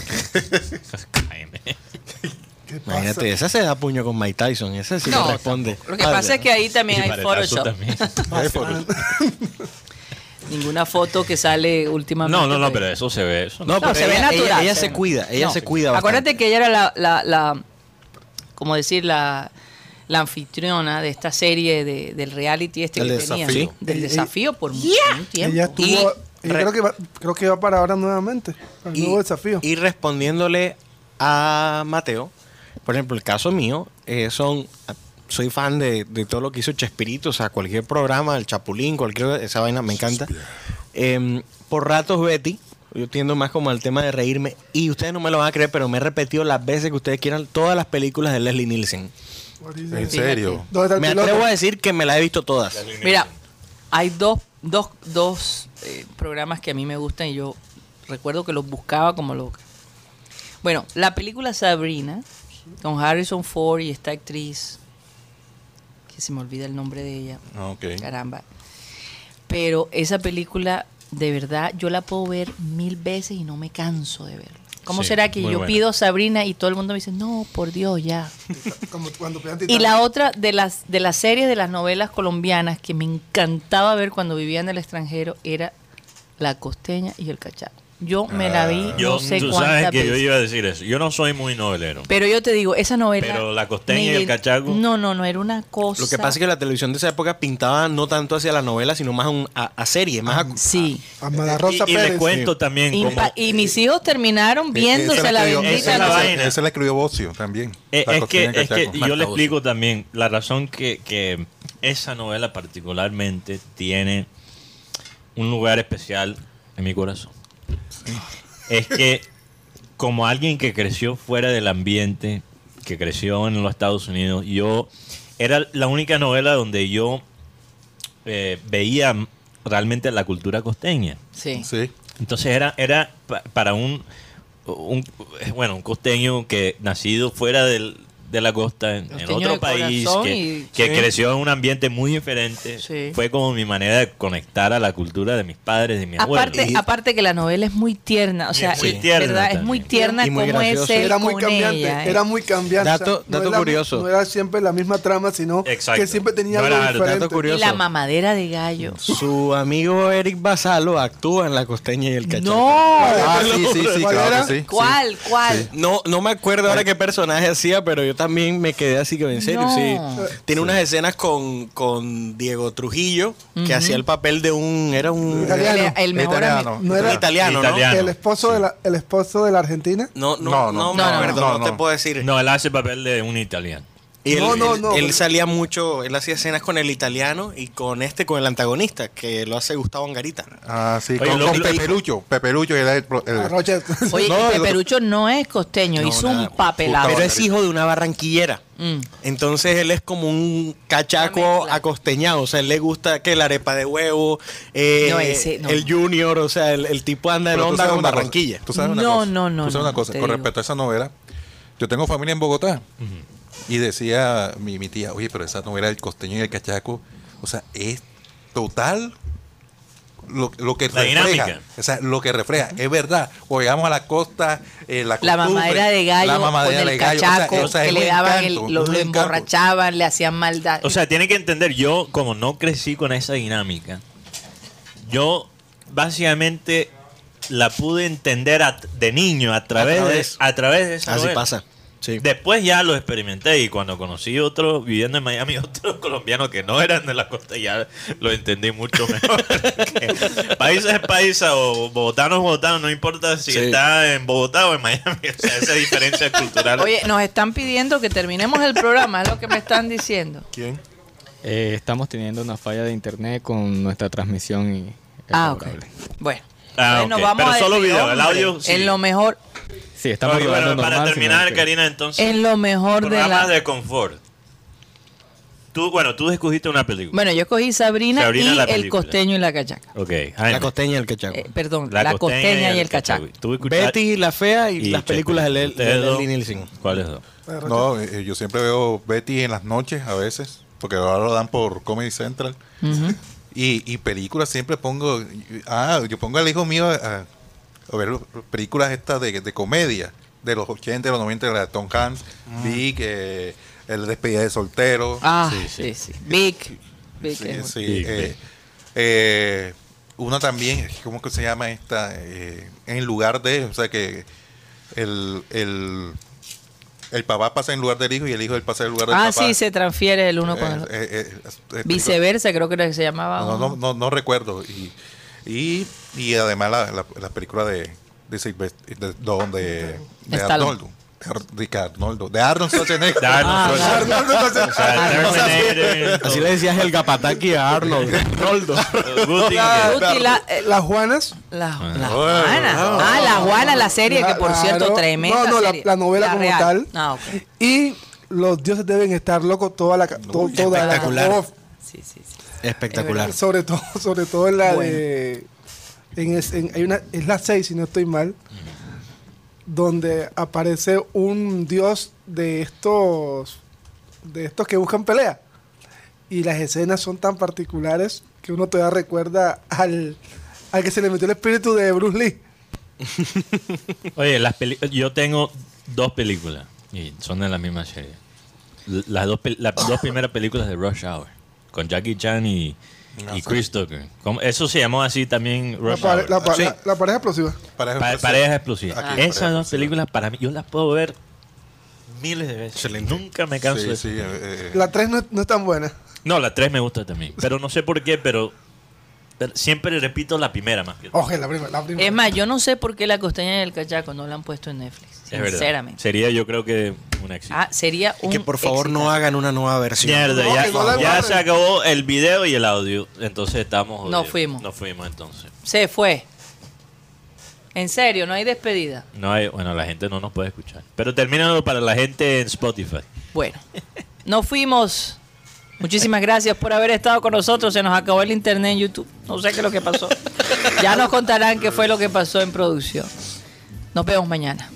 Speaker 3: Cállame.
Speaker 6: Imagínate, esa se da puño con Mike Tyson. Esa sí
Speaker 2: No,
Speaker 6: le responde.
Speaker 2: Lo que pasa es que ahí también
Speaker 3: Y
Speaker 2: hay
Speaker 3: para el
Speaker 2: Photoshop.
Speaker 3: tazo también.
Speaker 4: Ahí fue.
Speaker 2: Ninguna foto que sale últimamente.
Speaker 3: No, no, no,
Speaker 2: de-
Speaker 3: pero eso se ve. Eso no.
Speaker 6: No, pero
Speaker 2: se ve
Speaker 6: ella,
Speaker 2: natural,
Speaker 6: ella- ella
Speaker 2: se
Speaker 6: se
Speaker 2: ve.
Speaker 6: cuida, ella
Speaker 2: No.
Speaker 6: se cuida.
Speaker 2: Acuérdate que ella era la, la, la- como decir, la, la anfitriona de esta serie de, del reality este
Speaker 4: El
Speaker 2: que
Speaker 4: desafío.
Speaker 2: tenía. Del
Speaker 5: Ella-
Speaker 2: desafío por mucho tiempo.
Speaker 5: Ella estuvo.
Speaker 6: Y
Speaker 5: y
Speaker 6: re-
Speaker 5: creo, que va, creo que va para ahora nuevamente. Al
Speaker 6: y,
Speaker 5: nuevo desafío.
Speaker 6: y respondiéndole a Mateo, por ejemplo, el caso mío, eh, son soy fan de, de todo lo que hizo Chespirito, o sea, cualquier programa, el Chapulín, cualquier esa vaina me encanta. Em, por ratos Betty, yo tiendo más como al tema de reírme y ustedes no me lo van a creer, pero me he repetido las veces que ustedes quieran todas las películas de Leslie Nielsen.
Speaker 4: En serio.
Speaker 5: ¿Dónde está el
Speaker 6: Me
Speaker 5: piloto?
Speaker 6: atrevo a decir que me las he visto todas.
Speaker 2: Mira, hay dos, dos, dos eh, programas que a mí me gustan y yo recuerdo que los buscaba como loca. Bueno, la película Sabrina, con Harrison Ford y esta actriz, que se me olvida el nombre de ella,
Speaker 3: Ah,
Speaker 4: Ok.
Speaker 2: caramba. Pero esa película, de verdad, yo la puedo ver mil veces y no me canso de verla. ¿Cómo
Speaker 3: Sí,
Speaker 2: será que yo
Speaker 3: muy buena.
Speaker 2: pido Sabrina y todo el mundo me dice, no, por Dios, ya?
Speaker 5: Como cuando pegan
Speaker 2: Y
Speaker 5: Titanic.
Speaker 2: la otra de las de las series de las novelas colombianas que me encantaba ver cuando vivía en el extranjero era La Costeña y El Cachao. Yo me la vi
Speaker 3: Ah, Yo,
Speaker 2: no sé
Speaker 3: tú
Speaker 2: cuántas
Speaker 3: sabes que yo
Speaker 2: veces.
Speaker 3: iba a decir eso. Yo no soy muy novelero.
Speaker 2: Pero yo te digo, esa novela
Speaker 3: Pero La Costeña y
Speaker 2: Miguel,
Speaker 3: El Cachaco.
Speaker 2: No, no, no, era una cosa.
Speaker 6: Lo que pasa es que la televisión de esa época pintaba no tanto hacia la novela, sino más a, un- a- a serie, más
Speaker 2: Ah,
Speaker 6: a,
Speaker 2: sí.
Speaker 5: A Malarrosa
Speaker 3: y, y les
Speaker 5: Pérez.
Speaker 3: cuento también
Speaker 2: Y,
Speaker 3: Ah, cómo- eh,
Speaker 2: pa- y mis hijos terminaron viéndose
Speaker 4: Esa
Speaker 2: la
Speaker 4: escribió-
Speaker 2: bendita.
Speaker 3: esa es la
Speaker 2: cosa.
Speaker 3: vaina.
Speaker 4: Esa la escribió Bocio también.
Speaker 3: Eh,
Speaker 4: La
Speaker 3: es que,
Speaker 4: costeña
Speaker 3: es que
Speaker 4: Cachaco.
Speaker 3: yo le explico también la razón que, que esa novela particularmente tiene un lugar especial en mi corazón. Es que como alguien que creció fuera del ambiente, que creció en los Estados Unidos, yo era la única novela donde yo eh, veía realmente la cultura costeña.
Speaker 2: Sí.
Speaker 4: Sí.
Speaker 3: Entonces era, era pa- para un, un- eh, bueno, un costeño que nacido fuera del- de la costa, en, en
Speaker 2: Costeño de
Speaker 3: otro país,
Speaker 2: corazón
Speaker 3: que,
Speaker 2: y-
Speaker 3: que
Speaker 2: Sí.
Speaker 3: creció en un ambiente muy diferente,
Speaker 2: Sí.
Speaker 3: fue como mi manera de conectar a la cultura de mis padres, de mi abuelo.
Speaker 2: Aparte, aparte que la novela es muy tierna, o sea,
Speaker 3: muy
Speaker 2: es-
Speaker 3: tierna
Speaker 2: ¿verdad? es
Speaker 3: también.
Speaker 2: muy tierna
Speaker 6: Y muy
Speaker 2: como es
Speaker 6: graciosa.
Speaker 2: él
Speaker 5: era muy
Speaker 2: con
Speaker 5: cambiante,
Speaker 2: ella, ¿eh?
Speaker 5: era muy cambiante.
Speaker 6: Dato- dato
Speaker 5: era-
Speaker 6: curioso.
Speaker 5: No era siempre la misma trama, sino
Speaker 3: Exacto.
Speaker 5: que siempre tenía
Speaker 3: No
Speaker 5: algo
Speaker 3: era- dato
Speaker 5: diferente.
Speaker 6: curioso.
Speaker 2: y la mamadera de gallo.
Speaker 6: Su amigo Eric Basalo actúa en La Costeña y el Cachaco.
Speaker 2: No,
Speaker 4: Ah, sí, sí, sí,
Speaker 5: ¿Cuál
Speaker 4: claro
Speaker 5: era?
Speaker 4: que sí.
Speaker 2: ¿cuál, cuál?
Speaker 6: No, no me acuerdo ahora qué personaje hacía, pero yo también me quedé así que en serio,
Speaker 2: No.
Speaker 6: sí. Tiene unas escenas con, con Diego Trujillo, que hacía el papel de un... Era un...
Speaker 5: Italiano.
Speaker 2: El, el mejor
Speaker 4: Italiano.
Speaker 2: ami-
Speaker 5: No era
Speaker 6: italiano, ¿no?
Speaker 3: Italiano.
Speaker 5: el esposo de la el esposo de la Argentina.
Speaker 6: No,
Speaker 4: No,
Speaker 6: no,
Speaker 4: no,
Speaker 6: no, me
Speaker 4: no,
Speaker 6: acuerdo,
Speaker 4: no,
Speaker 6: no,
Speaker 4: no.
Speaker 6: te puedo decir.
Speaker 3: No, él hace papel de un italiano.
Speaker 6: Y él,
Speaker 5: No, no,
Speaker 6: él-
Speaker 5: no.
Speaker 6: él salía mucho, él hacía escenas con el italiano y con este, con el antagonista, que lo hace Gustavo Angarita.
Speaker 4: Ah, sí.
Speaker 3: Oye,
Speaker 4: con
Speaker 3: lo-
Speaker 4: con
Speaker 3: lo-
Speaker 4: Peperucho. Peperucho era el. pro- el-
Speaker 5: A
Speaker 2: Ah,
Speaker 5: Roger.
Speaker 2: Oye,
Speaker 4: No,
Speaker 2: y
Speaker 4: el-
Speaker 2: Peperucho no es costeño,
Speaker 6: No,
Speaker 2: hizo un
Speaker 6: nada.
Speaker 3: Ah,
Speaker 2: papelado.
Speaker 6: Pero es hijo de una barranquillera.
Speaker 2: Mm.
Speaker 6: Entonces él es como un
Speaker 2: Una
Speaker 6: cachaco
Speaker 2: mezcla.
Speaker 6: acosteñado. O sea, él le gusta que la arepa de huevo, eh,
Speaker 2: No, ese no.
Speaker 6: el junior, o sea, el, el tipo anda en
Speaker 4: Pero tú
Speaker 6: onda
Speaker 4: sabes
Speaker 6: con
Speaker 4: una cosa,
Speaker 6: Barranquilla.
Speaker 4: Tú sabes una
Speaker 2: No,
Speaker 4: cosa,
Speaker 2: no, no,
Speaker 4: Tú sabes
Speaker 2: no,
Speaker 4: una cosa.
Speaker 2: te
Speaker 4: Con
Speaker 2: digo.
Speaker 4: respecto a esa novela, yo tengo familia en Bogotá. Y decía mi, mi tía, oye, pero esa novela del costeño y el cachaco, o sea, es total lo, lo que
Speaker 3: La
Speaker 4: refleja.
Speaker 3: dinámica.
Speaker 4: O sea, lo que refleja. Es verdad. O llegamos a la costa, eh, la,
Speaker 2: La
Speaker 4: costumbre,
Speaker 2: mamadera de gallo
Speaker 4: la mamadera
Speaker 2: con el
Speaker 4: de gallo, o sea,
Speaker 2: cachaco
Speaker 4: o sea, es
Speaker 2: que le
Speaker 4: un
Speaker 2: daban, el-
Speaker 4: encanto,
Speaker 2: lo,
Speaker 4: es un
Speaker 2: lo
Speaker 4: encanto.
Speaker 2: emborrachaban, le hacían maldad.
Speaker 3: O sea, tiene que entender, yo como no crecí con esa dinámica, yo básicamente la pude entender a- de niño a través,
Speaker 6: través.
Speaker 3: De, a través de esa
Speaker 6: Así
Speaker 3: novela.
Speaker 6: pasa. Sí.
Speaker 3: Después ya lo experimenté y cuando conocí otro, viviendo en Miami, otros colombianos que no eran de la costa, ya lo entendí mucho mejor. Que paisa es paisa o bogotano es bogotano, no importa si
Speaker 6: Sí.
Speaker 3: está en Bogotá o en Miami. O sea, esa diferencia cultural.
Speaker 2: Oye, nos están pidiendo que terminemos el programa, es lo que me están diciendo.
Speaker 4: ¿Quién?
Speaker 7: Eh, estamos teniendo una falla de internet con nuestra transmisión y es
Speaker 2: Ah, ok.
Speaker 7: favorable.
Speaker 2: Bueno.
Speaker 3: Ah,
Speaker 2: Entonces nos
Speaker 3: ok.
Speaker 2: vamos
Speaker 3: Pero
Speaker 2: a
Speaker 3: solo
Speaker 2: despedir,
Speaker 3: video, el
Speaker 2: hombre,
Speaker 3: audio, sí.
Speaker 2: En lo mejor,
Speaker 7: Sí, estamos
Speaker 3: Oye,
Speaker 7: rodando
Speaker 3: bueno, para
Speaker 7: normal, sino
Speaker 3: terminar,
Speaker 7: que-
Speaker 3: Karina, entonces,
Speaker 2: en lo mejor de
Speaker 3: programas
Speaker 2: la...
Speaker 3: de confort. Tú, bueno, tú escogiste una película.
Speaker 2: Bueno, yo escogí Sabrina,
Speaker 3: Sabrina, la
Speaker 2: y El
Speaker 3: película.
Speaker 2: Costeño y la Cachaca.
Speaker 3: Ok,
Speaker 6: La
Speaker 3: Jaime.
Speaker 6: costeña y el cachaco.
Speaker 2: Eh, perdón, La, costeña, y El Cachaco.
Speaker 3: Tú escuchaste-
Speaker 6: Betty, La Fea y,
Speaker 3: y
Speaker 6: las películas de,
Speaker 3: Chepe.
Speaker 6: Lel- de
Speaker 3: Ustedes dos,
Speaker 6: Leslie Nielsen.
Speaker 3: ¿Cuáles dos?
Speaker 4: No, eh, yo siempre veo Betty en las noches a veces, porque ahora lo dan por Comedy Central. Y, y películas siempre pongo. Ah, yo pongo al hijo mío a, a ver películas estas de, de comedia, de los 80, de los 90, de la de Tom Hanks, Dick, eh, El Despedida de Soltero.
Speaker 2: Ah,
Speaker 3: Sí,
Speaker 2: sí,
Speaker 3: sí.
Speaker 2: sí. Big. Big
Speaker 4: Sí,
Speaker 2: es-
Speaker 4: sí,
Speaker 3: Sí,
Speaker 4: eh,
Speaker 3: sí.
Speaker 4: eh, una también, ¿cómo que se llama esta? Eh, en lugar de, o sea que el, el, el papá pasa en lugar del hijo y el hijo del pasa en lugar del
Speaker 2: Ah,
Speaker 4: papá.
Speaker 2: sí, se transfiere el uno con
Speaker 4: Eh,
Speaker 2: el otro.
Speaker 4: eh, eh, eh,
Speaker 2: Viceversa, creo que era que se llamaba.
Speaker 4: No,
Speaker 2: uno.
Speaker 4: no, no, no recuerdo. Y, y, y además la, la, la película de, de, Silvestre, de, no, de, de
Speaker 2: Stallone.
Speaker 4: Arnoldo. De Ar- de Arnoldo. De Arnold Schwarzenegger.
Speaker 3: Darnos
Speaker 2: Ah,
Speaker 3: Schwarzenegger. O sea, Terminator,
Speaker 6: Así le decías el Gapataki a Arnold. Roldo.
Speaker 3: Good Thing,
Speaker 2: Guti, la, eh,
Speaker 5: Las Juanas.
Speaker 2: la- la
Speaker 4: Ah.
Speaker 2: Juana. Ah, la Juana, la serie, que por
Speaker 5: Claro.
Speaker 2: cierto, tremenda.
Speaker 5: No, no, la-
Speaker 2: serie.
Speaker 5: la novela como
Speaker 2: real.
Speaker 5: tal.
Speaker 2: Ah, ok.
Speaker 5: Y los dioses deben estar locos toda la... ca- to- toda la
Speaker 6: espectacular.
Speaker 5: oh,
Speaker 2: Sí, sí, sí.
Speaker 6: Espectacular.
Speaker 5: Sobre todo, sobre todo en la
Speaker 2: Bueno.
Speaker 5: de. En es, en- hay una, es la 6, si no estoy mal. Donde aparece un dios de estos. De estos que buscan pelea. Y las escenas son tan particulares que uno todavía recuerda al, al que se le metió el espíritu de Bruce Lee.
Speaker 3: Oye, las peli- yo tengo dos películas y son de la misma serie. L- Las dos, pel- las dos primeras películas de Rush Hour con Jackie Chan y, y Chris Tucker. ¿Cómo- Eso se llamó así también
Speaker 5: La,
Speaker 3: Rush
Speaker 5: pare-
Speaker 3: Hour.
Speaker 5: la pa-
Speaker 4: Sí.
Speaker 5: la- la pareja explosiva.
Speaker 4: Pareja
Speaker 3: Pa-
Speaker 4: explosiva.
Speaker 3: pareja explosiva.
Speaker 4: Aquí,
Speaker 3: Esas
Speaker 4: pareja
Speaker 3: dos
Speaker 4: explosiva.
Speaker 3: películas para mí, yo las puedo ver miles de veces. Nunca me canso de
Speaker 4: Sí, sí,
Speaker 3: eso.
Speaker 4: eh, eh,
Speaker 5: La 3 no, no es tan buena.
Speaker 3: No, la tres me gusta también. Pero no sé por qué, pero, pero siempre repito la primera más que
Speaker 5: Oje, la primera. La primera.
Speaker 2: Es más, yo no sé por qué la costeña del cachaco no la han puesto en Netflix.
Speaker 3: Es verdad.
Speaker 2: Sinceramente.
Speaker 3: Sería yo creo que un éxito.
Speaker 2: Ah, sería
Speaker 6: Y
Speaker 2: un.
Speaker 6: que por favor no
Speaker 2: exitazo.
Speaker 6: hagan una nueva versión.
Speaker 3: Mierda,
Speaker 5: No,
Speaker 3: ya,
Speaker 5: que no la
Speaker 3: ya
Speaker 5: guarden.
Speaker 3: se acabó el video y el audio. Entonces estamos.
Speaker 2: No
Speaker 3: jodidos.
Speaker 2: fuimos.
Speaker 3: No fuimos entonces.
Speaker 2: Se fue. En serio, no hay despedida.
Speaker 3: No hay, bueno, la gente no nos puede escuchar. Pero termínalo para la gente en Spotify.
Speaker 2: Bueno, nos fuimos. Muchísimas gracias por haber estado con nosotros. Se nos acabó el internet en YouTube. No sé qué es lo que pasó. Ya nos contarán qué fue lo que pasó en producción. Nos vemos mañana.